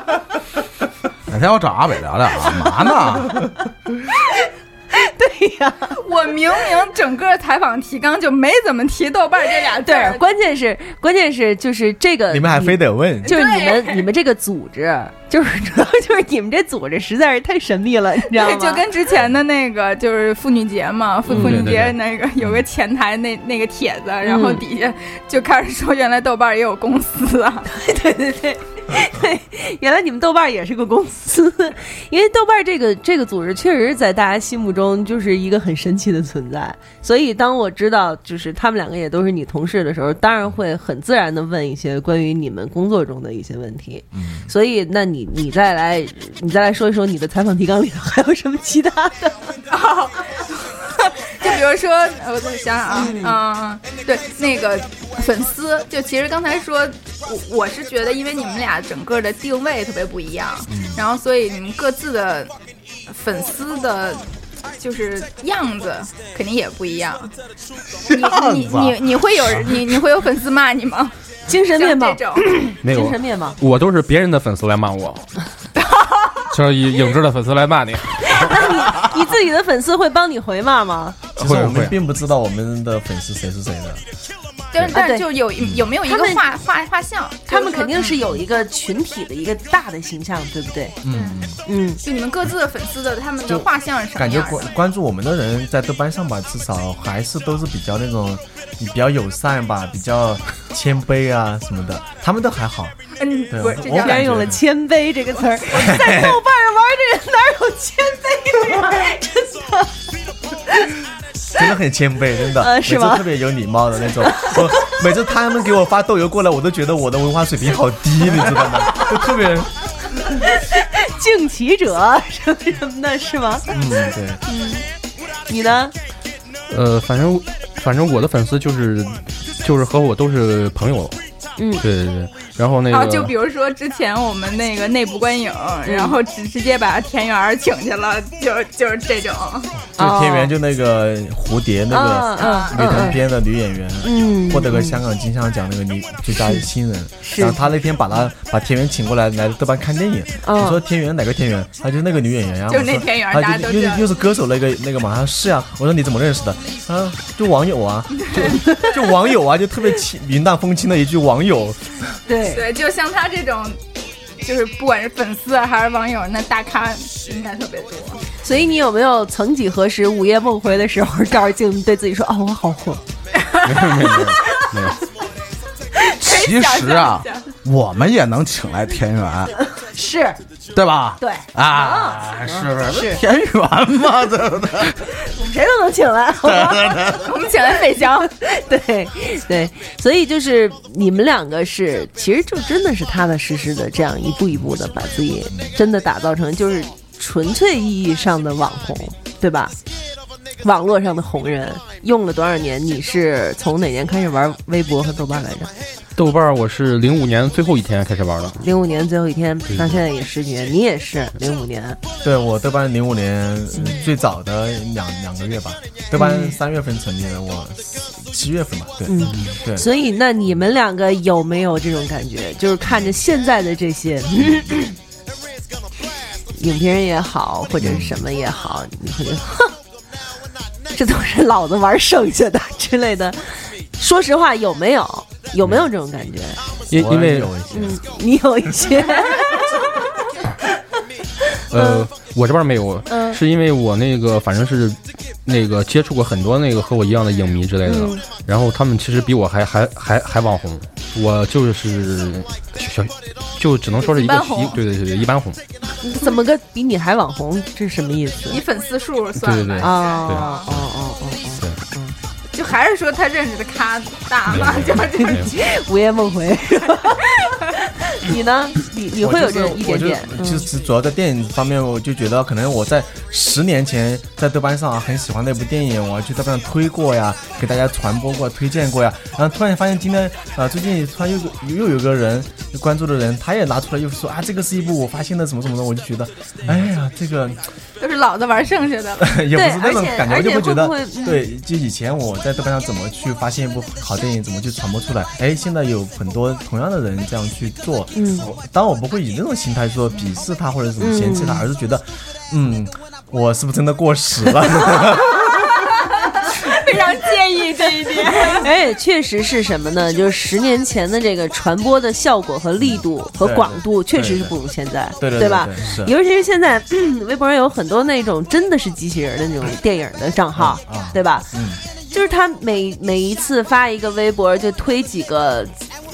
哪天我找阿北聊聊 [laughs] 啊？嘛呢？我明明整个采访提纲就没怎么提豆瓣这俩 [laughs] 字儿，关键是，关键是就是这个你们还非得得问，就是你们你们这个组织，就是主要就是你们这组织实在是太神秘了，你知道吗？对，就跟之前的那个就是妇女节嘛，妇妇女节那个有个前台那那个帖子，然后底下就开始说原来豆瓣也有公司啊，对对对对，原来你们豆瓣儿也是个公司，因为豆瓣儿这个这个组织确实是在大家心目中就是一个很神奇的存在，所以当我知道就是他们两个也都是你同事的时候，当然会很自然的问一些关于你们工作中的一些问题。嗯，所以，那你你哦再来你再来说一说你的采访提纲里头还有什么其他的？ [laughs] 比如说，呃我再想想啊，嗯，对，那个粉丝，就其实刚才说，我我是觉得，因为你们俩整个的定位特别不一样，嗯然后所以你们各自的粉丝的。就是样子肯定也不一样，你你啊你你会有你你会有粉丝骂 [laughs] 你吗？精神面貌像，这 [laughs] 种，没有精，神面貌，我都是别人的粉丝来骂 [laughs] 我，就是以影之的粉丝来骂你， [laughs] 那你你自己的粉丝会帮你回骂吗？其实我会会们并不知道我们的粉丝谁是谁的，但是啊对但就有有没有一他个们画画画像？他们肯定有。是有一个群体的一个大的形象，对不对？嗯嗯，就你们各自的粉丝的他们的就画像是什么感觉样的？关关注我们的人在豆瓣上吧，至少还是都是比较那种比较友善吧，比较谦卑啊什么的，他们都还好。嗯，对不是，这我叫居然用了“谦卑”这个 [laughs] 词儿，在豆瓣上玩这个哪有谦卑的呀？真的， [laughs] 真的很谦卑，真的，呃是吗每次特别有礼貌的那种。我每次他们给我发豆油过来，我都觉得我的文化水平好低，你知道吗？就特别敬其者什么什么的，是吗？嗯，对，你呢？呃，反正反正我的粉丝就是就是和我都是朋友，嗯啊对对对，然后那然后个嗯就比如说之前我们那个内部观影，然后直直接把田园儿请去了，就就是这种。就是田园就那个蝴蝶那个嗯女团片的女演员，嗯获得个香港金像奖那个女最佳新人。然后他那天把她把田园请过来来豆瓣看电影，嗯我说田园哪个田园？她就是那个女演员呀。啊就是那我说田园她大家都就知又道又是歌手那个那个嘛，她说是啊。我说你怎么认识的？她说就网友啊，就就网友啊，就特别轻云淡风轻的一句网友。对，对，就像他这种，就是不管是粉丝啊还是网友，那大咖应该特别多。所以你有没有曾几何时午夜梦回的时候，照着镜子对自己说：“哦，我好混其实啊可以想象一下，我们也能请来田园，？”是，对 [laughs] 吧？对，啊，是是田园 [laughs] 嘛，对不对？谁都能请来，好吧？我们请来费翔， [laughs] 对对，所以就是你们两个是，其实就真的是踏踏实实的这样一步一步的把自己真的打造成就是纯粹意义上的网红，对吧？网络上的红人用了多少年？你是从哪年开始玩微博和豆瓣来着？豆瓣儿我是零五年最后一天开始玩的，零五年最后一天到现在也十几年，你也是零五年，对我豆瓣零五年呃最早的两两个月吧，豆瓣嗯三月份成立的，我七月份吧，对，对。所以那你们两个有没有这种感觉？就是看着现在的这些 [coughs] 影评人也好，或者是什么也好，你会觉得，哼，这都是老子玩剩下的之类的。说实话，有没有有没有这种感觉？因我因为有一些嗯，你有一 [laughs] 些，呃我这边没有，嗯是因为我那个反正是那个接触过很多那个和我一样的影迷之类的，嗯然后他们其实比我还还还还网红，我就是小就只能说是一个一般红一对对对对一般红，怎么个比你还网红？这是什么意思？以粉丝数算吧，对对对哦哦哦哦哦就还是说他认识的咖大嘛，就是这种。哦，午夜梦回。 [laughs] 你呢？你你会有这种一点点？嗯我就是我就就是主要在电影方面，我就觉得可能我在十年前在豆瓣上啊很喜欢那部电影，我去豆瓣上推过呀，给大家传播过、推荐过呀。然后突然发现今天啊，最近突然又又有个人关注的人，他也拿出来又说啊，这个是一部我发现的什么什么的，我就觉得，哎呀，这个 [laughs] 都是老子玩剩下的了。 [laughs] 也不对是那种而且感觉，而我且就觉得，会不会对，就以前我在豆瓣上怎么去发现一部好电影，怎么去传播出来，哎，现在有很多同样的人这样去做，嗯，当然我不会以那种心态说鄙视他或者怎么嫌弃他，而是觉得，嗯，我是不是真的过时了？ [laughs] 非常介意这 [laughs] 一点。而且哎确实是什么呢？就是十年前的这个传播的效果和力度和广度，对确对实是不如现在，对对对吧？对是尤其是现在， [clears throat] 微博上有很多那种真的是机器人的那种电影的账号，嗯啊对吧？嗯，就是他每每一次发一个微博，就推几个，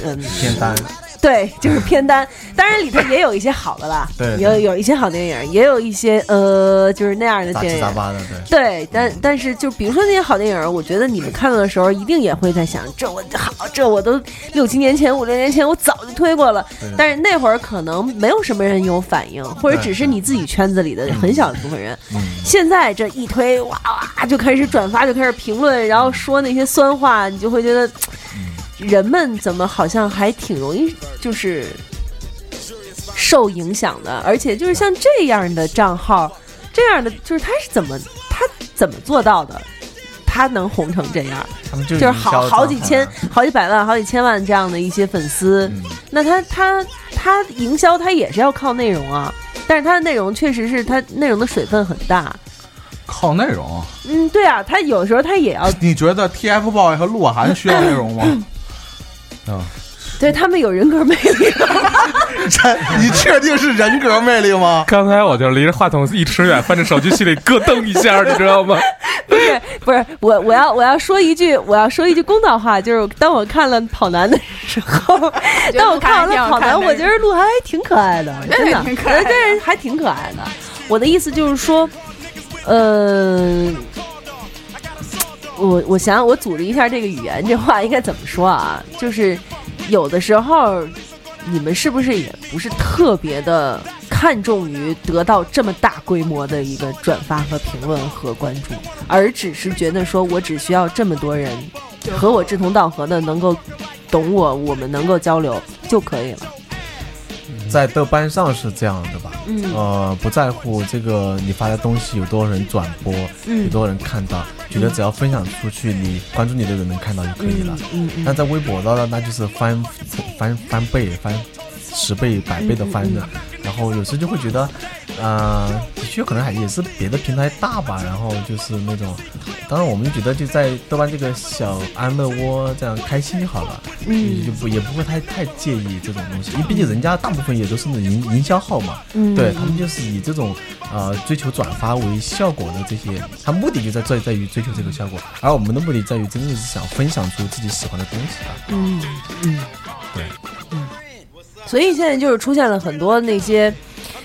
嗯，片单，对，就是偏单。当然里头也有一些好的啦，对对有有一些好电影，也有一些呃，就是那样的杂电七影杂。八的，对。对，但但是就比如说那些好电影，我觉得你们看到的时候，一定也会在想，这我好，这我都六七年前、五六年前，我早就推过了对。但是那会儿可能没有什么人有反应，或者只是你自己圈子里的很小一部分人。现在这一推，哇哇就开始转发，就开始评论，然后说那些酸话，你就会觉得，人们怎么好像还挺容易就是受影响的，而且就是像这样的账号，这样的就是他是怎么他怎么做到的？他能红成这样，他们就就是是营好嗯销好账几号千啊、好几百万、好几千万这样的一些粉丝，嗯那他他他营销他也是要靠内容啊，但是他的内容确实是他内容的水分很大，靠内容。嗯，对啊，他有时候他也要你觉得 TFBOY 和鹿晗需要内容 [laughs] 吗？对他们有人格魅 [laughs] 力，这你确定是人格魅力吗？刚才我就离着话筒一尺远，翻着手机心里咯噔一下，你知道吗？不是不是，我我要我要说一句，我要说一句公道话，就是当我看了跑男的时候，觉得当我鹿晗看完挺了好跑看男，的我觉得鹿晗还挺可爱的， [laughs] 真真的的，挺可爱的真人还挺可爱的。我的意思就是说，呃，我我想想，我组织一下这个语言，这话应该怎么说啊？就是有的时候，你们是不是也不是特别的看重于得到这么大规模的一个转发和评论和关注，而只是觉得说我只需要这么多人和我志同道合的能够懂我，我们能够交流就可以了。在豆瓣上是这样的吧？嗯呃，不在乎这个你发的东西有多少人转播，有嗯多少人看到，觉得只要分享出去，你关注你的人能看到就可以了。嗯嗯但在微博的那就是翻翻翻倍翻十倍百倍的翻的，嗯然后有时就会觉得，呃，的确可能还也是别的平台大吧，然后就是那种，当然我们觉得就在豆瓣这个小安乐窝这样开心就好了，嗯就不也不会太太介意这种东西，因为毕竟人家大部分也都是营营销号嘛，嗯对他们就是以这种呃追求转发为效果的这些，他目的就在在在于追求这个效果，而我们的目的在于真的是想分享出自己喜欢的东西吧。嗯嗯，对嗯，所以现在就是出现了很多那些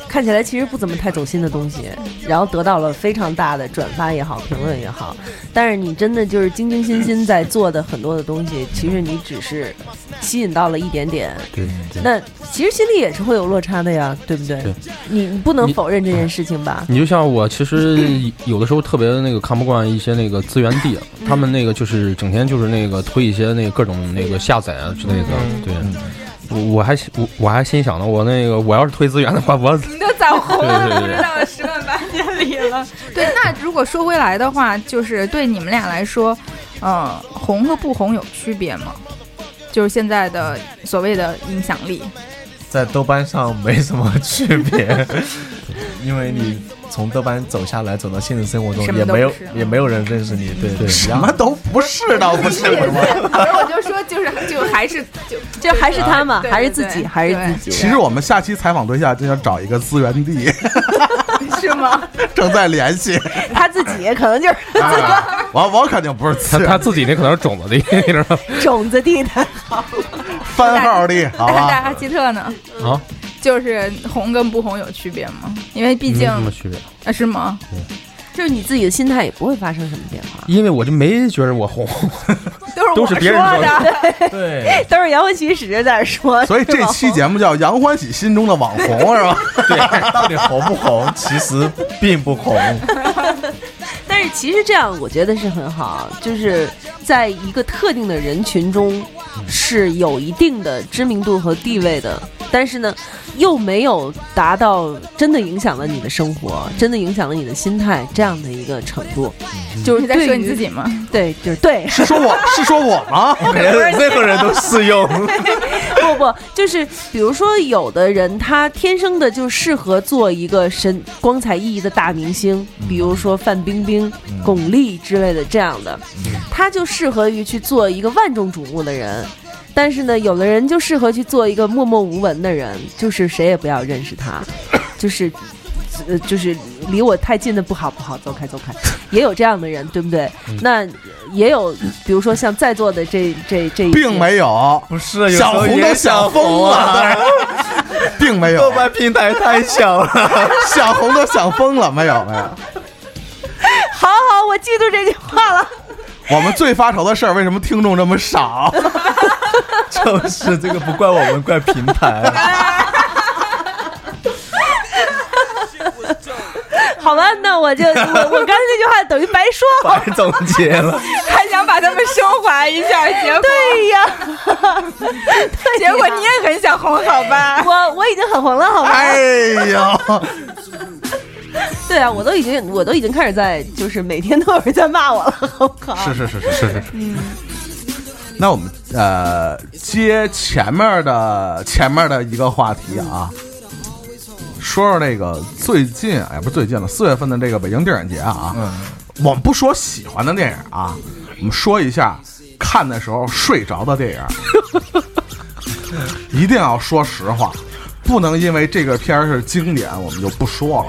看起来其实不怎么太走心的东西，然后得到了非常大的转发也好，评论也好，但是你真的就是精精心心在做的很多的东西，其实你只是吸引到了一点点，对对那其实心里也是会有落差的呀，对不对？对你你不能你否认这件事情 [laughs] 吧？你就像我，其实有的时候特别那个看不惯一些那个资源地，啊他们那个就是整天就是那个推一些那个各种那个下载啊之类的。对，我我还我我还心想呢，我那个我要是推资源的话，我你都早红了对了，不对对不知知道十万八千里了。 [laughs] 对，那如果说回来的话，就是对你们俩来说，呃，红和不红有区别吗？就是现在的所谓的影响力，在豆瓣上没什么区别， [laughs] 因为你从豆瓣走下来，走到现实生活中什么也都没有不是也没有人认识你，对对，什么都不是，倒不 [laughs] 是啊吗？反正我就说，就是就还是就就还是他嘛，对对还是自己，对还是自己。啊其实我们下期采访对象就要找一个资源地， [laughs] 是吗？ [laughs] 正在联 [laughs] 系。他自己可能就是啊我我肯定不是他资他源自己那可能是种子 [laughs] 地，你知道吗？种子地的。番号 [laughs] 地，好那大吧？家希特呢？啊，就是红跟不红有区别吗？因为毕没竟什么区别，啊是吗？ [laughs] 就是你自己的心态也不会发生什么变化，因为我就没觉着我红，都是都我是说别人说的，对， [laughs] 都是言欢其实在那儿说。 [laughs] 所以这期节目叫《杨欢喜心中的网红》是吧？到底红不红， [laughs] 其实并不 [laughs] 红。但是其实这样我觉得是很好，就是在一个特定的人群中是有一定的知名度和地位的，但是呢，又没有达到真的影响了你的生活，真的影响了你的心态这样的一个程度。就是嗯你在说对你于自己吗？对，就是对，是说我是说我 [laughs] 吗？人任何人都适用， [laughs] 不不，就是比如说，有的人他天生的就适合做一个神光彩熠熠的大明星，比如说范冰冰、巩俐之类的这样的，他就适合于去做一个万众瞩目的人。但是呢，有的人就适合去做一个默默无闻的人，就是谁也不要认识他，就是，呃，就是离我太近的不好不好，走开走开，也有这样的人，对不对？那也有，比如说像在座的这这这一并届没有，不是有时想候红都也想想疯啊当然了， [laughs] 并没豆有，瓣平台太小了，想红都想疯了，没有没有。好好，我记住这句话了。我们最发愁的事儿，为什么听众这么少？ [laughs] 就是这个不怪我们，怪平台。 [laughs] 好吧，那我就我我刚才那句话等于白说。 [laughs] 白总结了， [laughs] 还想把他们升华一下，结果对呀， [laughs] 结果你也很想红，好吧？我我已经很红了，好吧？哎呦，对啊，我都已经我都已经开始在就是每天都有人在骂我了，好不好？是是是是是是。 [laughs] 那我们呃接前面的前面的一个话题啊，说说那个最近哎不是最近了，四月份的这个北京电影节啊，我们不说喜欢的电影啊，我们说一下看的时候睡着的电影， [laughs] 一定要说实话，不能因为这个片儿是经典我们就不说了。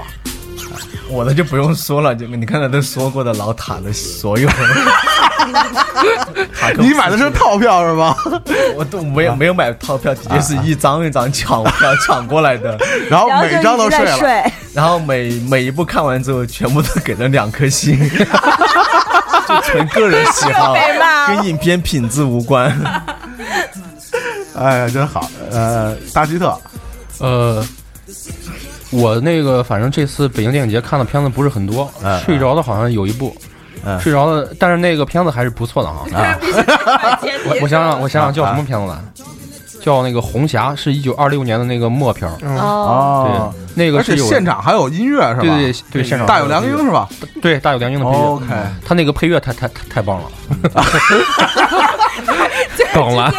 我的就不用说了，就你刚才都说过的老塔的所有。 [laughs] [laughs] 塔克你买的是套票是吧？ [laughs] 我都没有没有买套票，直接是一张一张抢票 [laughs] 抢过来的。然后然后哦每张就都一直睡在了。睡，然后每每一部看完之后，全部都给了两颗星， [laughs] 就纯个人喜好，跟影片品质无关。哎呀，真好。呃，大吉特，呃，我那个反正这次北京电影节看的片子不是很多，嗯睡着的好像有一部，嗯睡着的，但是那个片子还是不错的哈。 [laughs] 我我想想，我想啊想叫什么片子来？叫那个《红霞》，是一九二六年的那个默片嗯儿。哦，哦，对，那个而是且有现场还有音乐是吧？对对对对现场大有良音是吧对大有良音的配乐， ？OK，他那个配乐太太太太棒 [laughs] 了。懂了，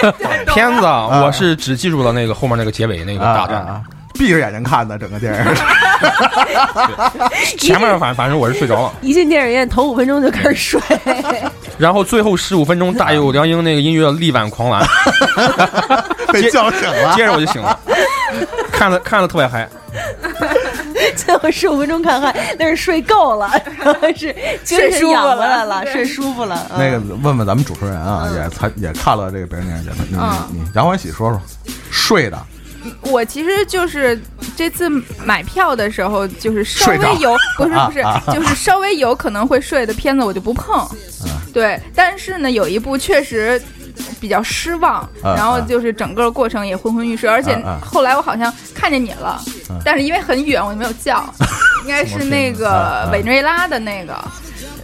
片子啊我是只记住了那个后面那个结尾那个啊大啊战，啊闭着眼睛看的整个电影，前面反反正我是睡着了。一进电影院头五分钟就开始睡，然后最后十五分钟，大有良英那个音乐力挽狂澜，被叫醒了。接着我就醒了，看了看了特别嗨，最后十五分钟看嗨，那是睡够了，然后是精神养过来了，睡舒服了。嗯 [laughs] 那个问问咱们主持人啊，也参也看了这个北京电影节的，你嗯你你杨欢喜说说，睡的我其实就是这次买票的时候，就是稍睡着 [laughs] 微有不是不是啊，就是稍微有可能会睡的片子我就不碰。对，但是呢，有一部确实比较失望，啊然后就是整个过程也昏昏欲睡，而且啊啊后来我好像看见你了啊，但是因为很远我就没有 [laughs] 叫，应该是那啊个啊委内瑞拉的那个。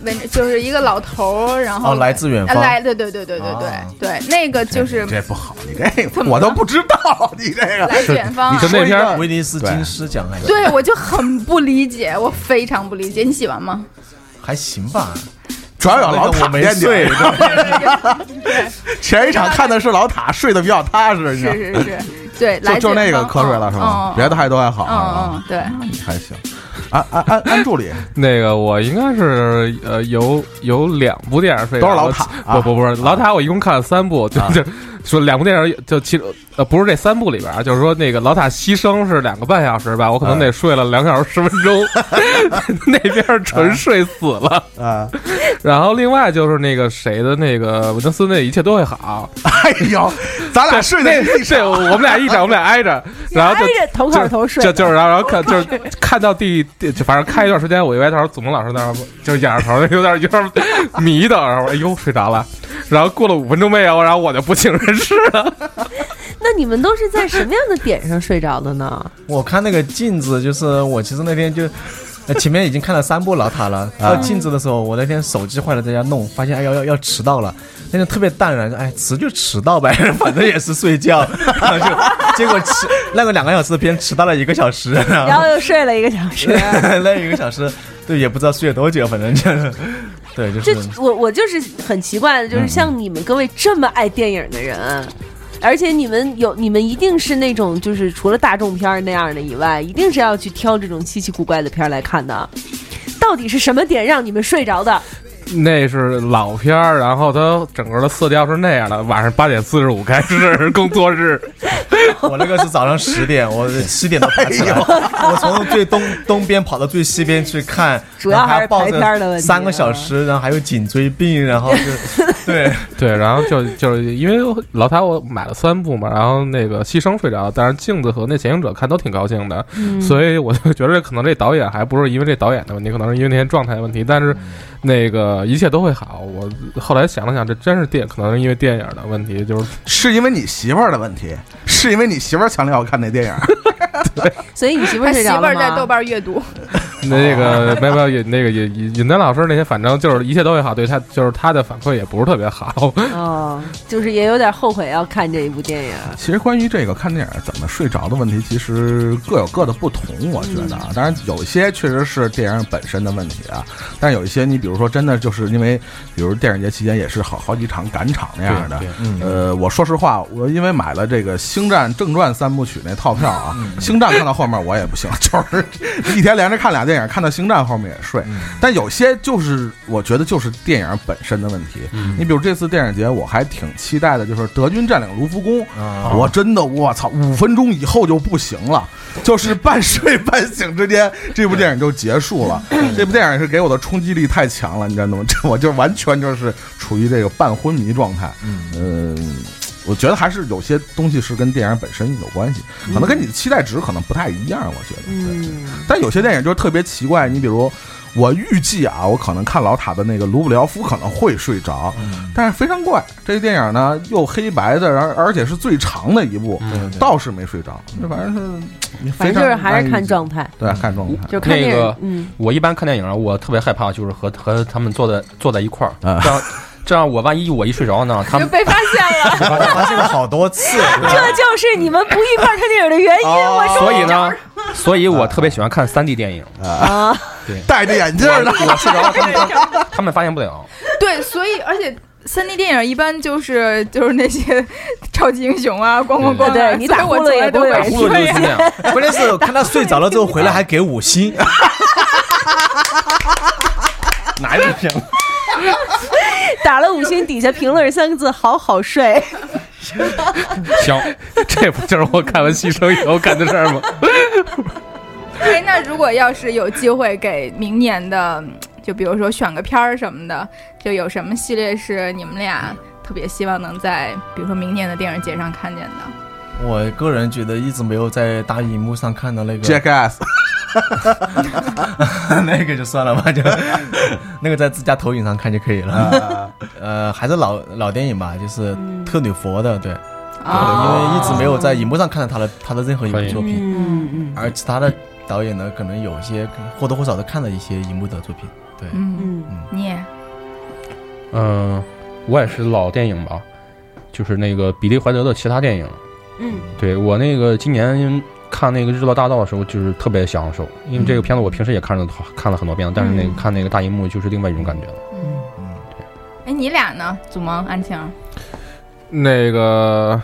委就是一个老头儿，然后哦来自远方啊来对对对对对啊对对，那个就是你哎这不好，你这个怎么我了都不知道，哦你这个来自远方啊，你就那说一片个儿威尼斯金狮奖还对，我就很不理解，我非常不理解。你喜 [laughs] 欢吗？还行吧， [laughs] 主要有啊老我塔没垫睡底。前一场看的是老塔，睡得比较踏实，你知是道吗。是是，对，来就就那个卷瞌方睡了是吗？嗯别的还都还好嗯嗯啊，嗯，对，还行。安安安安助理，那个我应该是呃有有两部电影睡着都是老我塔啊不不不是老塔，我一共看了三 [laughs] 部，就啊就说两部电影就其呃不是这三部里边啊，就是说那个老塔牺牲是两个半小时吧，我可能啊得睡了两小时十分 [laughs] 钟，那边儿纯睡死了。哎啊， [laughs] 然后另外就是那个谁的那个文德斯那一切都会好，哎呦，咱俩睡的对， [laughs] 对我们俩一枕，我们俩挨着，然后挨就着头靠着头睡，就就是，然后然 [laughs] 后看就是看到第第，就反正看一段时间，我以为他是祖萌老师那儿，就是仰着头，有点有点迷的，然后哎呦睡着了，然后过了五分钟没有，然后我就不省人事了。 [laughs] 那你们都是在什么样的点上睡着的 [laughs] 呢？我看那个镜子，就是我其实那天就。呃前面已经看了三部老塔啊了，到镜子的时候，我那天手机坏了，在家弄，发现哎要要要迟到了，那天特别淡然，哎迟就迟到呗， [laughs] 反正也是睡觉，然后就结果迟那个两个小时的片迟到了一个小时，然然后又睡了一个小 [laughs] 嗯时。 [laughs] 那一个小时，对，也不知道睡了多久，反正就是，对，就这是我我就是很奇怪的，就是像你们各位这么爱电影的人，嗯而且你们有你们一定是那种就是除了大众片儿那样的以外，一定是要去挑这种稀奇古怪的片儿来看的。到底是什么点让你们睡着的？那是老片儿，然后它整个的色调是那样的，晚上八点四十五开始工作日， [laughs] 我那个是早上十点，我七点都爬起来， [laughs] 我从最东东边跑到最西边去看，主要然后还还是抱排片儿的问着题三个小时，然后还有颈椎病，然后就对， [laughs] 对，然后就就是因为老塔我买了三部嘛，然后那个牺牲睡着，但是镜子和那潜行者看都挺高兴的，所以我就觉得可能这导演还不是因为这导演的问题，可能是因为那天状态的问题，但是那个一切都会好。我后来想了想，这真是电，可能是因为电影的问题，就是是因为你媳妇儿的问题，是因为你媳妇儿强烈要看那电影。所以你媳妇他儿媳睡 [laughs] 妇着儿了在吗豆瓣阅读， [laughs] 那个没有没有尹那个尹尹尹丹老师那天反正就是一切都会好，对他就是他的反馈也不是特别好，哦，就是也有点后悔要看这一部电影。 [laughs] 其实关于这个看电影怎么睡着的问题，其实各有各的不同，我觉得啊。当然，有一些确实是电影本身的问题啊，但是有一些你比如说真的就是因为，比如电影节期间也是好好几场赶场那样的。呃，我说实话，我因为买了这个《星战正传》三部曲那套票啊，星战》看到后面我也不行， [laughs] 就是一天连着看俩电影，看到《星战》后面也睡。但有些就是我觉得就是电影本身的问题。你比如这次电影节，我还挺期待的，就是德军占领卢浮宫，啊我真的我操，五分钟以后就不行了，就是半睡半醒之间，这部电影就结束了。这部电影是给我的冲击力太强了，你知道吗？这我就完全就是处于这个半昏迷状态。嗯、我觉得还是有些东西是跟电影本身有关系，可能跟你的期待值可能不太一样，我觉得。对。嗯，但有些电影就是特别奇怪，你比如我预计啊，我可能看老塔的那个《卢布廖夫》可能会睡着，嗯但是非常怪，这电影呢又黑白的，然后而且是最长的一部，嗯倒是没睡着，这反正是反非常正就是还是看状状态，对看状态。就看电那个影。嗯，我一般看电影啊，我特别害怕，就是和和他们坐在坐在一块儿，啊这样这样我万一我一睡着呢，他 [laughs] 就们被发现了。 [laughs] 我发现了好多次，这就是你们不一块儿看电影的原因。我说哦所以呢，所以我特别喜欢看三 D 电影，啊，戴着眼镜我呢，我睡着了，他们他们发现不了。对，所以而且。三 D 电影一般就是就是那些超级英雄啊，咣咣咣啊，对你打所以呼我噜从也来不都会有会人呼噜就是这样，关键是我看他睡着了之后回来还给五星，哪有这样？打了五星，底下评论三个字“好好睡行， [laughs] 这不就是我看完牺牲以后干的事儿吗？哎，那如果要是有机会给明年的，就比如说选个片儿什么的，就有什么系列是你们俩特别希望能在，比如说明年的电影节上看见的？我个人觉得一直没有在大荧幕上看到那个 Jackass，那个就算了吧，就 [laughs] 那个在自家投影上看就可以了。 [laughs] 呃，还是老老电影吧，就是特女佛的，对，啊因为一直哦没有在荧幕上看到他的他的任何一部作”。品，嗯而其他的导演呢，可能有些或多或少的看了一些荧幕的作品，对，嗯，嗯你也嗯，我也是老电影吧，就是那个比利怀德的其他电影。嗯对我那个今年看那个《日落大道》的时候，就是特别享受，因为这个片子我平时也看了看了很多遍了，但是那个看那个大荧幕就是另外一种感觉了。嗯，哎，你俩呢？祖萌、安晴，那个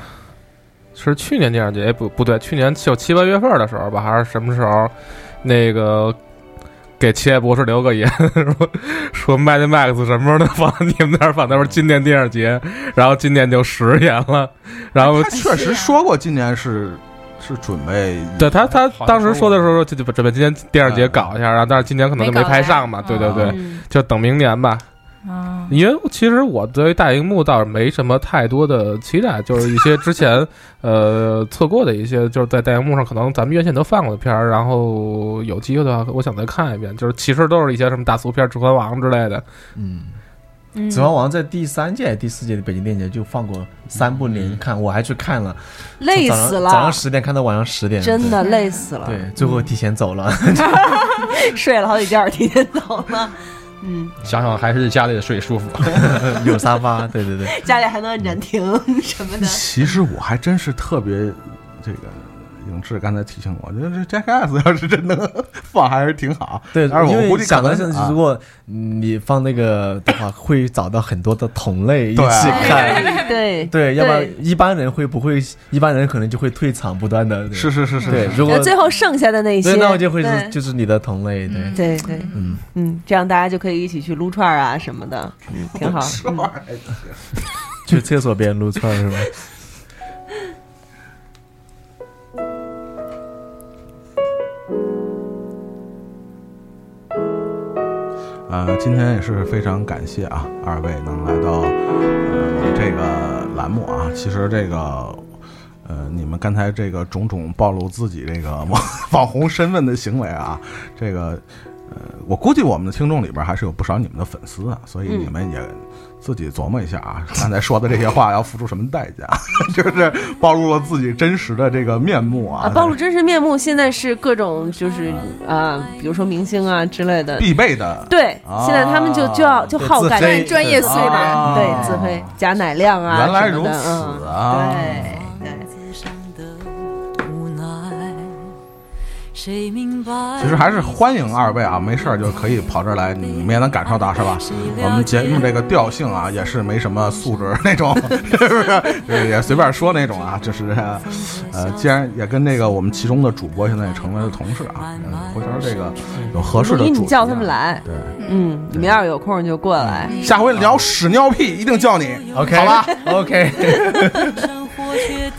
是去年电影节，哎不不对，去年就七八月份的时候吧，还是什么时候？那个给七爷博士留个言，说说 Mad Max 什么时候能放你们那儿放？他说今年电影节，然后今年就十年了，然后他确实说过今年是是准备对他他当时说的时候，就就准备今年电影节搞一下，然后但是今年可能就没拍上嘛，没对搞对来对，嗯就等明年吧。啊，因为其实我对大荧幕倒是没什么太多的期待，就是一些之前呃错过的一些，就是在大荧幕上可能咱们院线都放过的片儿，然后有机会的话，我想再看一遍。就是其实都是一些什么大俗片儿《指环王》之类的。嗯《指环王》在第三届、第四届的北京电影节就放过三部连嗯看，我还去看了，累从早上死早上了，十点看到晚上十点，真的累死了，对，对，最后提前走了。 [laughs] 睡了好几觉，提前走了。嗯，想想还是家里的睡舒服。哎 [laughs] 有沙发，对对对，家里还能按暂停嗯什 [laughs] 么的。其实我还真是特别这个。影志刚才提醒我，我觉得这 Jackass 要是真能 [laughs] 放，还是挺好。对，但是因我为估计可想能的是啊，如果你放那个的 [laughs] 话，会找到很多的同类一起对啊看。对，对，要不然一般人会不会？一般人可能就会退场，不断的是是是是，对。如果那最后剩下的那些，对，那我就会是对就是你的同类，对嗯对对，嗯嗯，这样大家就可以一起去撸串儿啊什么的，嗯，挺好。去厕所边撸串是吧？呃，今天也是非常感谢啊，二位能来到呃我们这个栏目啊。其实这个呃，你们刚才这个种种暴露自己这个 [laughs] 网网红身份的行为啊，这个呃，我估计我们的听众里边还是有不少你们的粉丝啊，所以你们也自己琢磨一下嗯啊，刚才说的这些话要付出什么代价， [laughs] 就是暴露了自己真实的这个面目啊，啊，暴露真实面目，现在是各种就是啊，比如说明星啊之类的。必备的。对，现在他们就就要就啊对好自感黑专业素质，啊对自黑贾乃亮啊，原来什如么的此嗯啊！对，上的无奈，谁明白？其实还是欢迎二位啊，没事儿就可以跑这儿来，你们也能感受到是吧？嗯我们节目这个调性啊，也是没什么素质那种， [laughs] 是不是？就是也随便说那种啊，就是呃，既然也跟那个我们其中的主播现在也成为了同事啊，嗯回头这个有合适的你主题啊你叫他们，来，对，嗯，你们要是有空就过来。下回聊屎尿屁一定叫你， OK，好吧？ ，OK，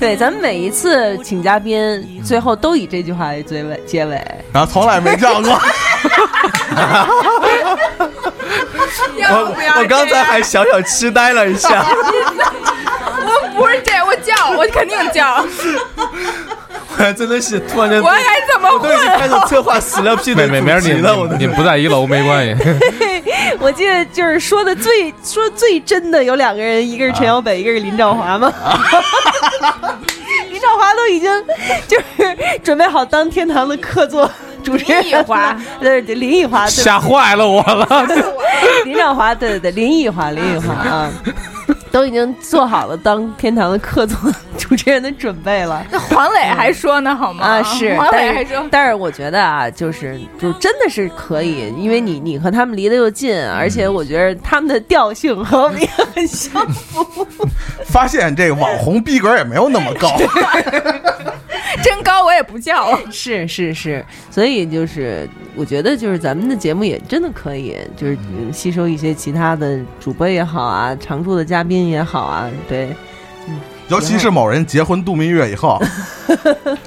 对，咱们每一次请嘉宾，最后都以这句话为结尾结尾。然后从来没叫过，要不要 [laughs] 我刚才还小小痴呆了一下，我不是这样，我叫，我肯定叫，我真的是突然间我该怎么我都已经混？开始策划屎尿屁没的没没主事，题你了，我都们你们不在一楼没关系。 [laughs] 我记得就是说的最说得最真的有两个人，一个是陈小北，一个是林兆华 [laughs] 嘛。林兆华都已经就是准备好当天堂的客座主持人了。林奕华对，对林奕华，对吓坏了我了， [laughs] 林兆华，对对对，林奕华，林奕华 [laughs] 啊，都已经做好了当天堂的客座主持人的准备了。那黄磊还说呢，好吗？啊，是，黄磊但还是说，但是我觉得啊，就是就真的是可以，因为你你和他们离得又近，而嗯且我觉得他们的调性和我们也很 [laughs] 像。发现这个网红逼格也没有那么 [laughs] 高。真高我也不叫。是是是，所以就是我觉得就是咱们的节目也真的可以，就是嗯吸收一些其他的主播也好啊，常驻的嘉宾也好啊，对，尤其是某人结婚度蜜月以后，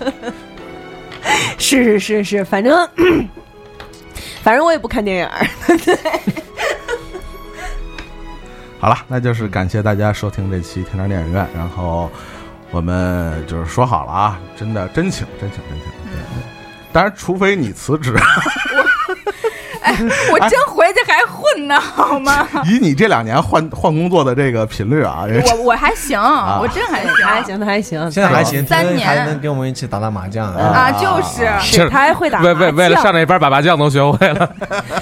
[laughs] 是是是是，反正反正我也不看电影儿。好了，那就是感谢大家收听这期天堂电影院，然后我们就是说好了啊，真的真请真请真请，对当然除非你辞职， [laughs] 我真回去还混呢，好吗？以你这两年换换工作的这个频率啊，也我我还行，我真还还行行，还行，现在还行，三天天还年能跟我们一起打打麻将啊，就是是他还会打麻为将。为为了上那班把麻将都学会了，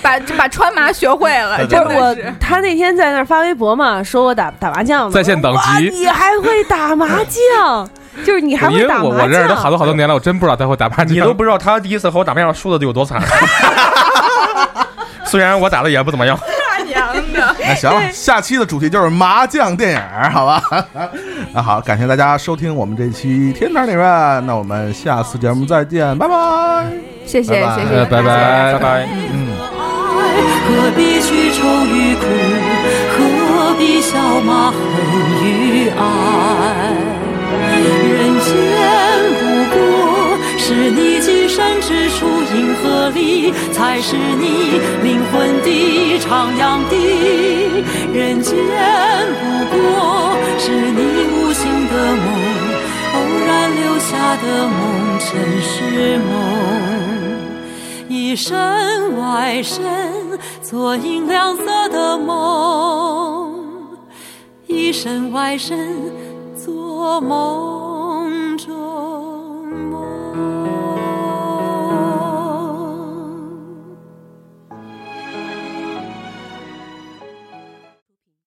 把就把川麻学会了，不真是的我是。，他那天在那儿发微博嘛，说我打打麻将嘛，在线等级哇你还会打麻 [laughs] 将？就是你还因会为打麻将？我我认识他好多好多年了，我真不知道他会打麻将。你都不知道他第一次和我打麻将输的得有多惨。 [laughs] 虽然我打的也不怎么样，大娘的，那行了，下期的主题就是麻将电影，好吧？ [laughs] 那好，感谢大家收听我们这期天堂电影院，那我们下次节目再见，拜拜。 [laughs] 谢谢拜拜谢谢呃，，拜拜拜拜。何必去愁与苦，何必笑骂恨与爱？人间不过是你跻身之处，银河里才是你灵魂的徜徉地。人间不过是你无心的梦，偶然留下的梦，尘世梦。以身外身，做银亮色的梦；以身外身，做梦。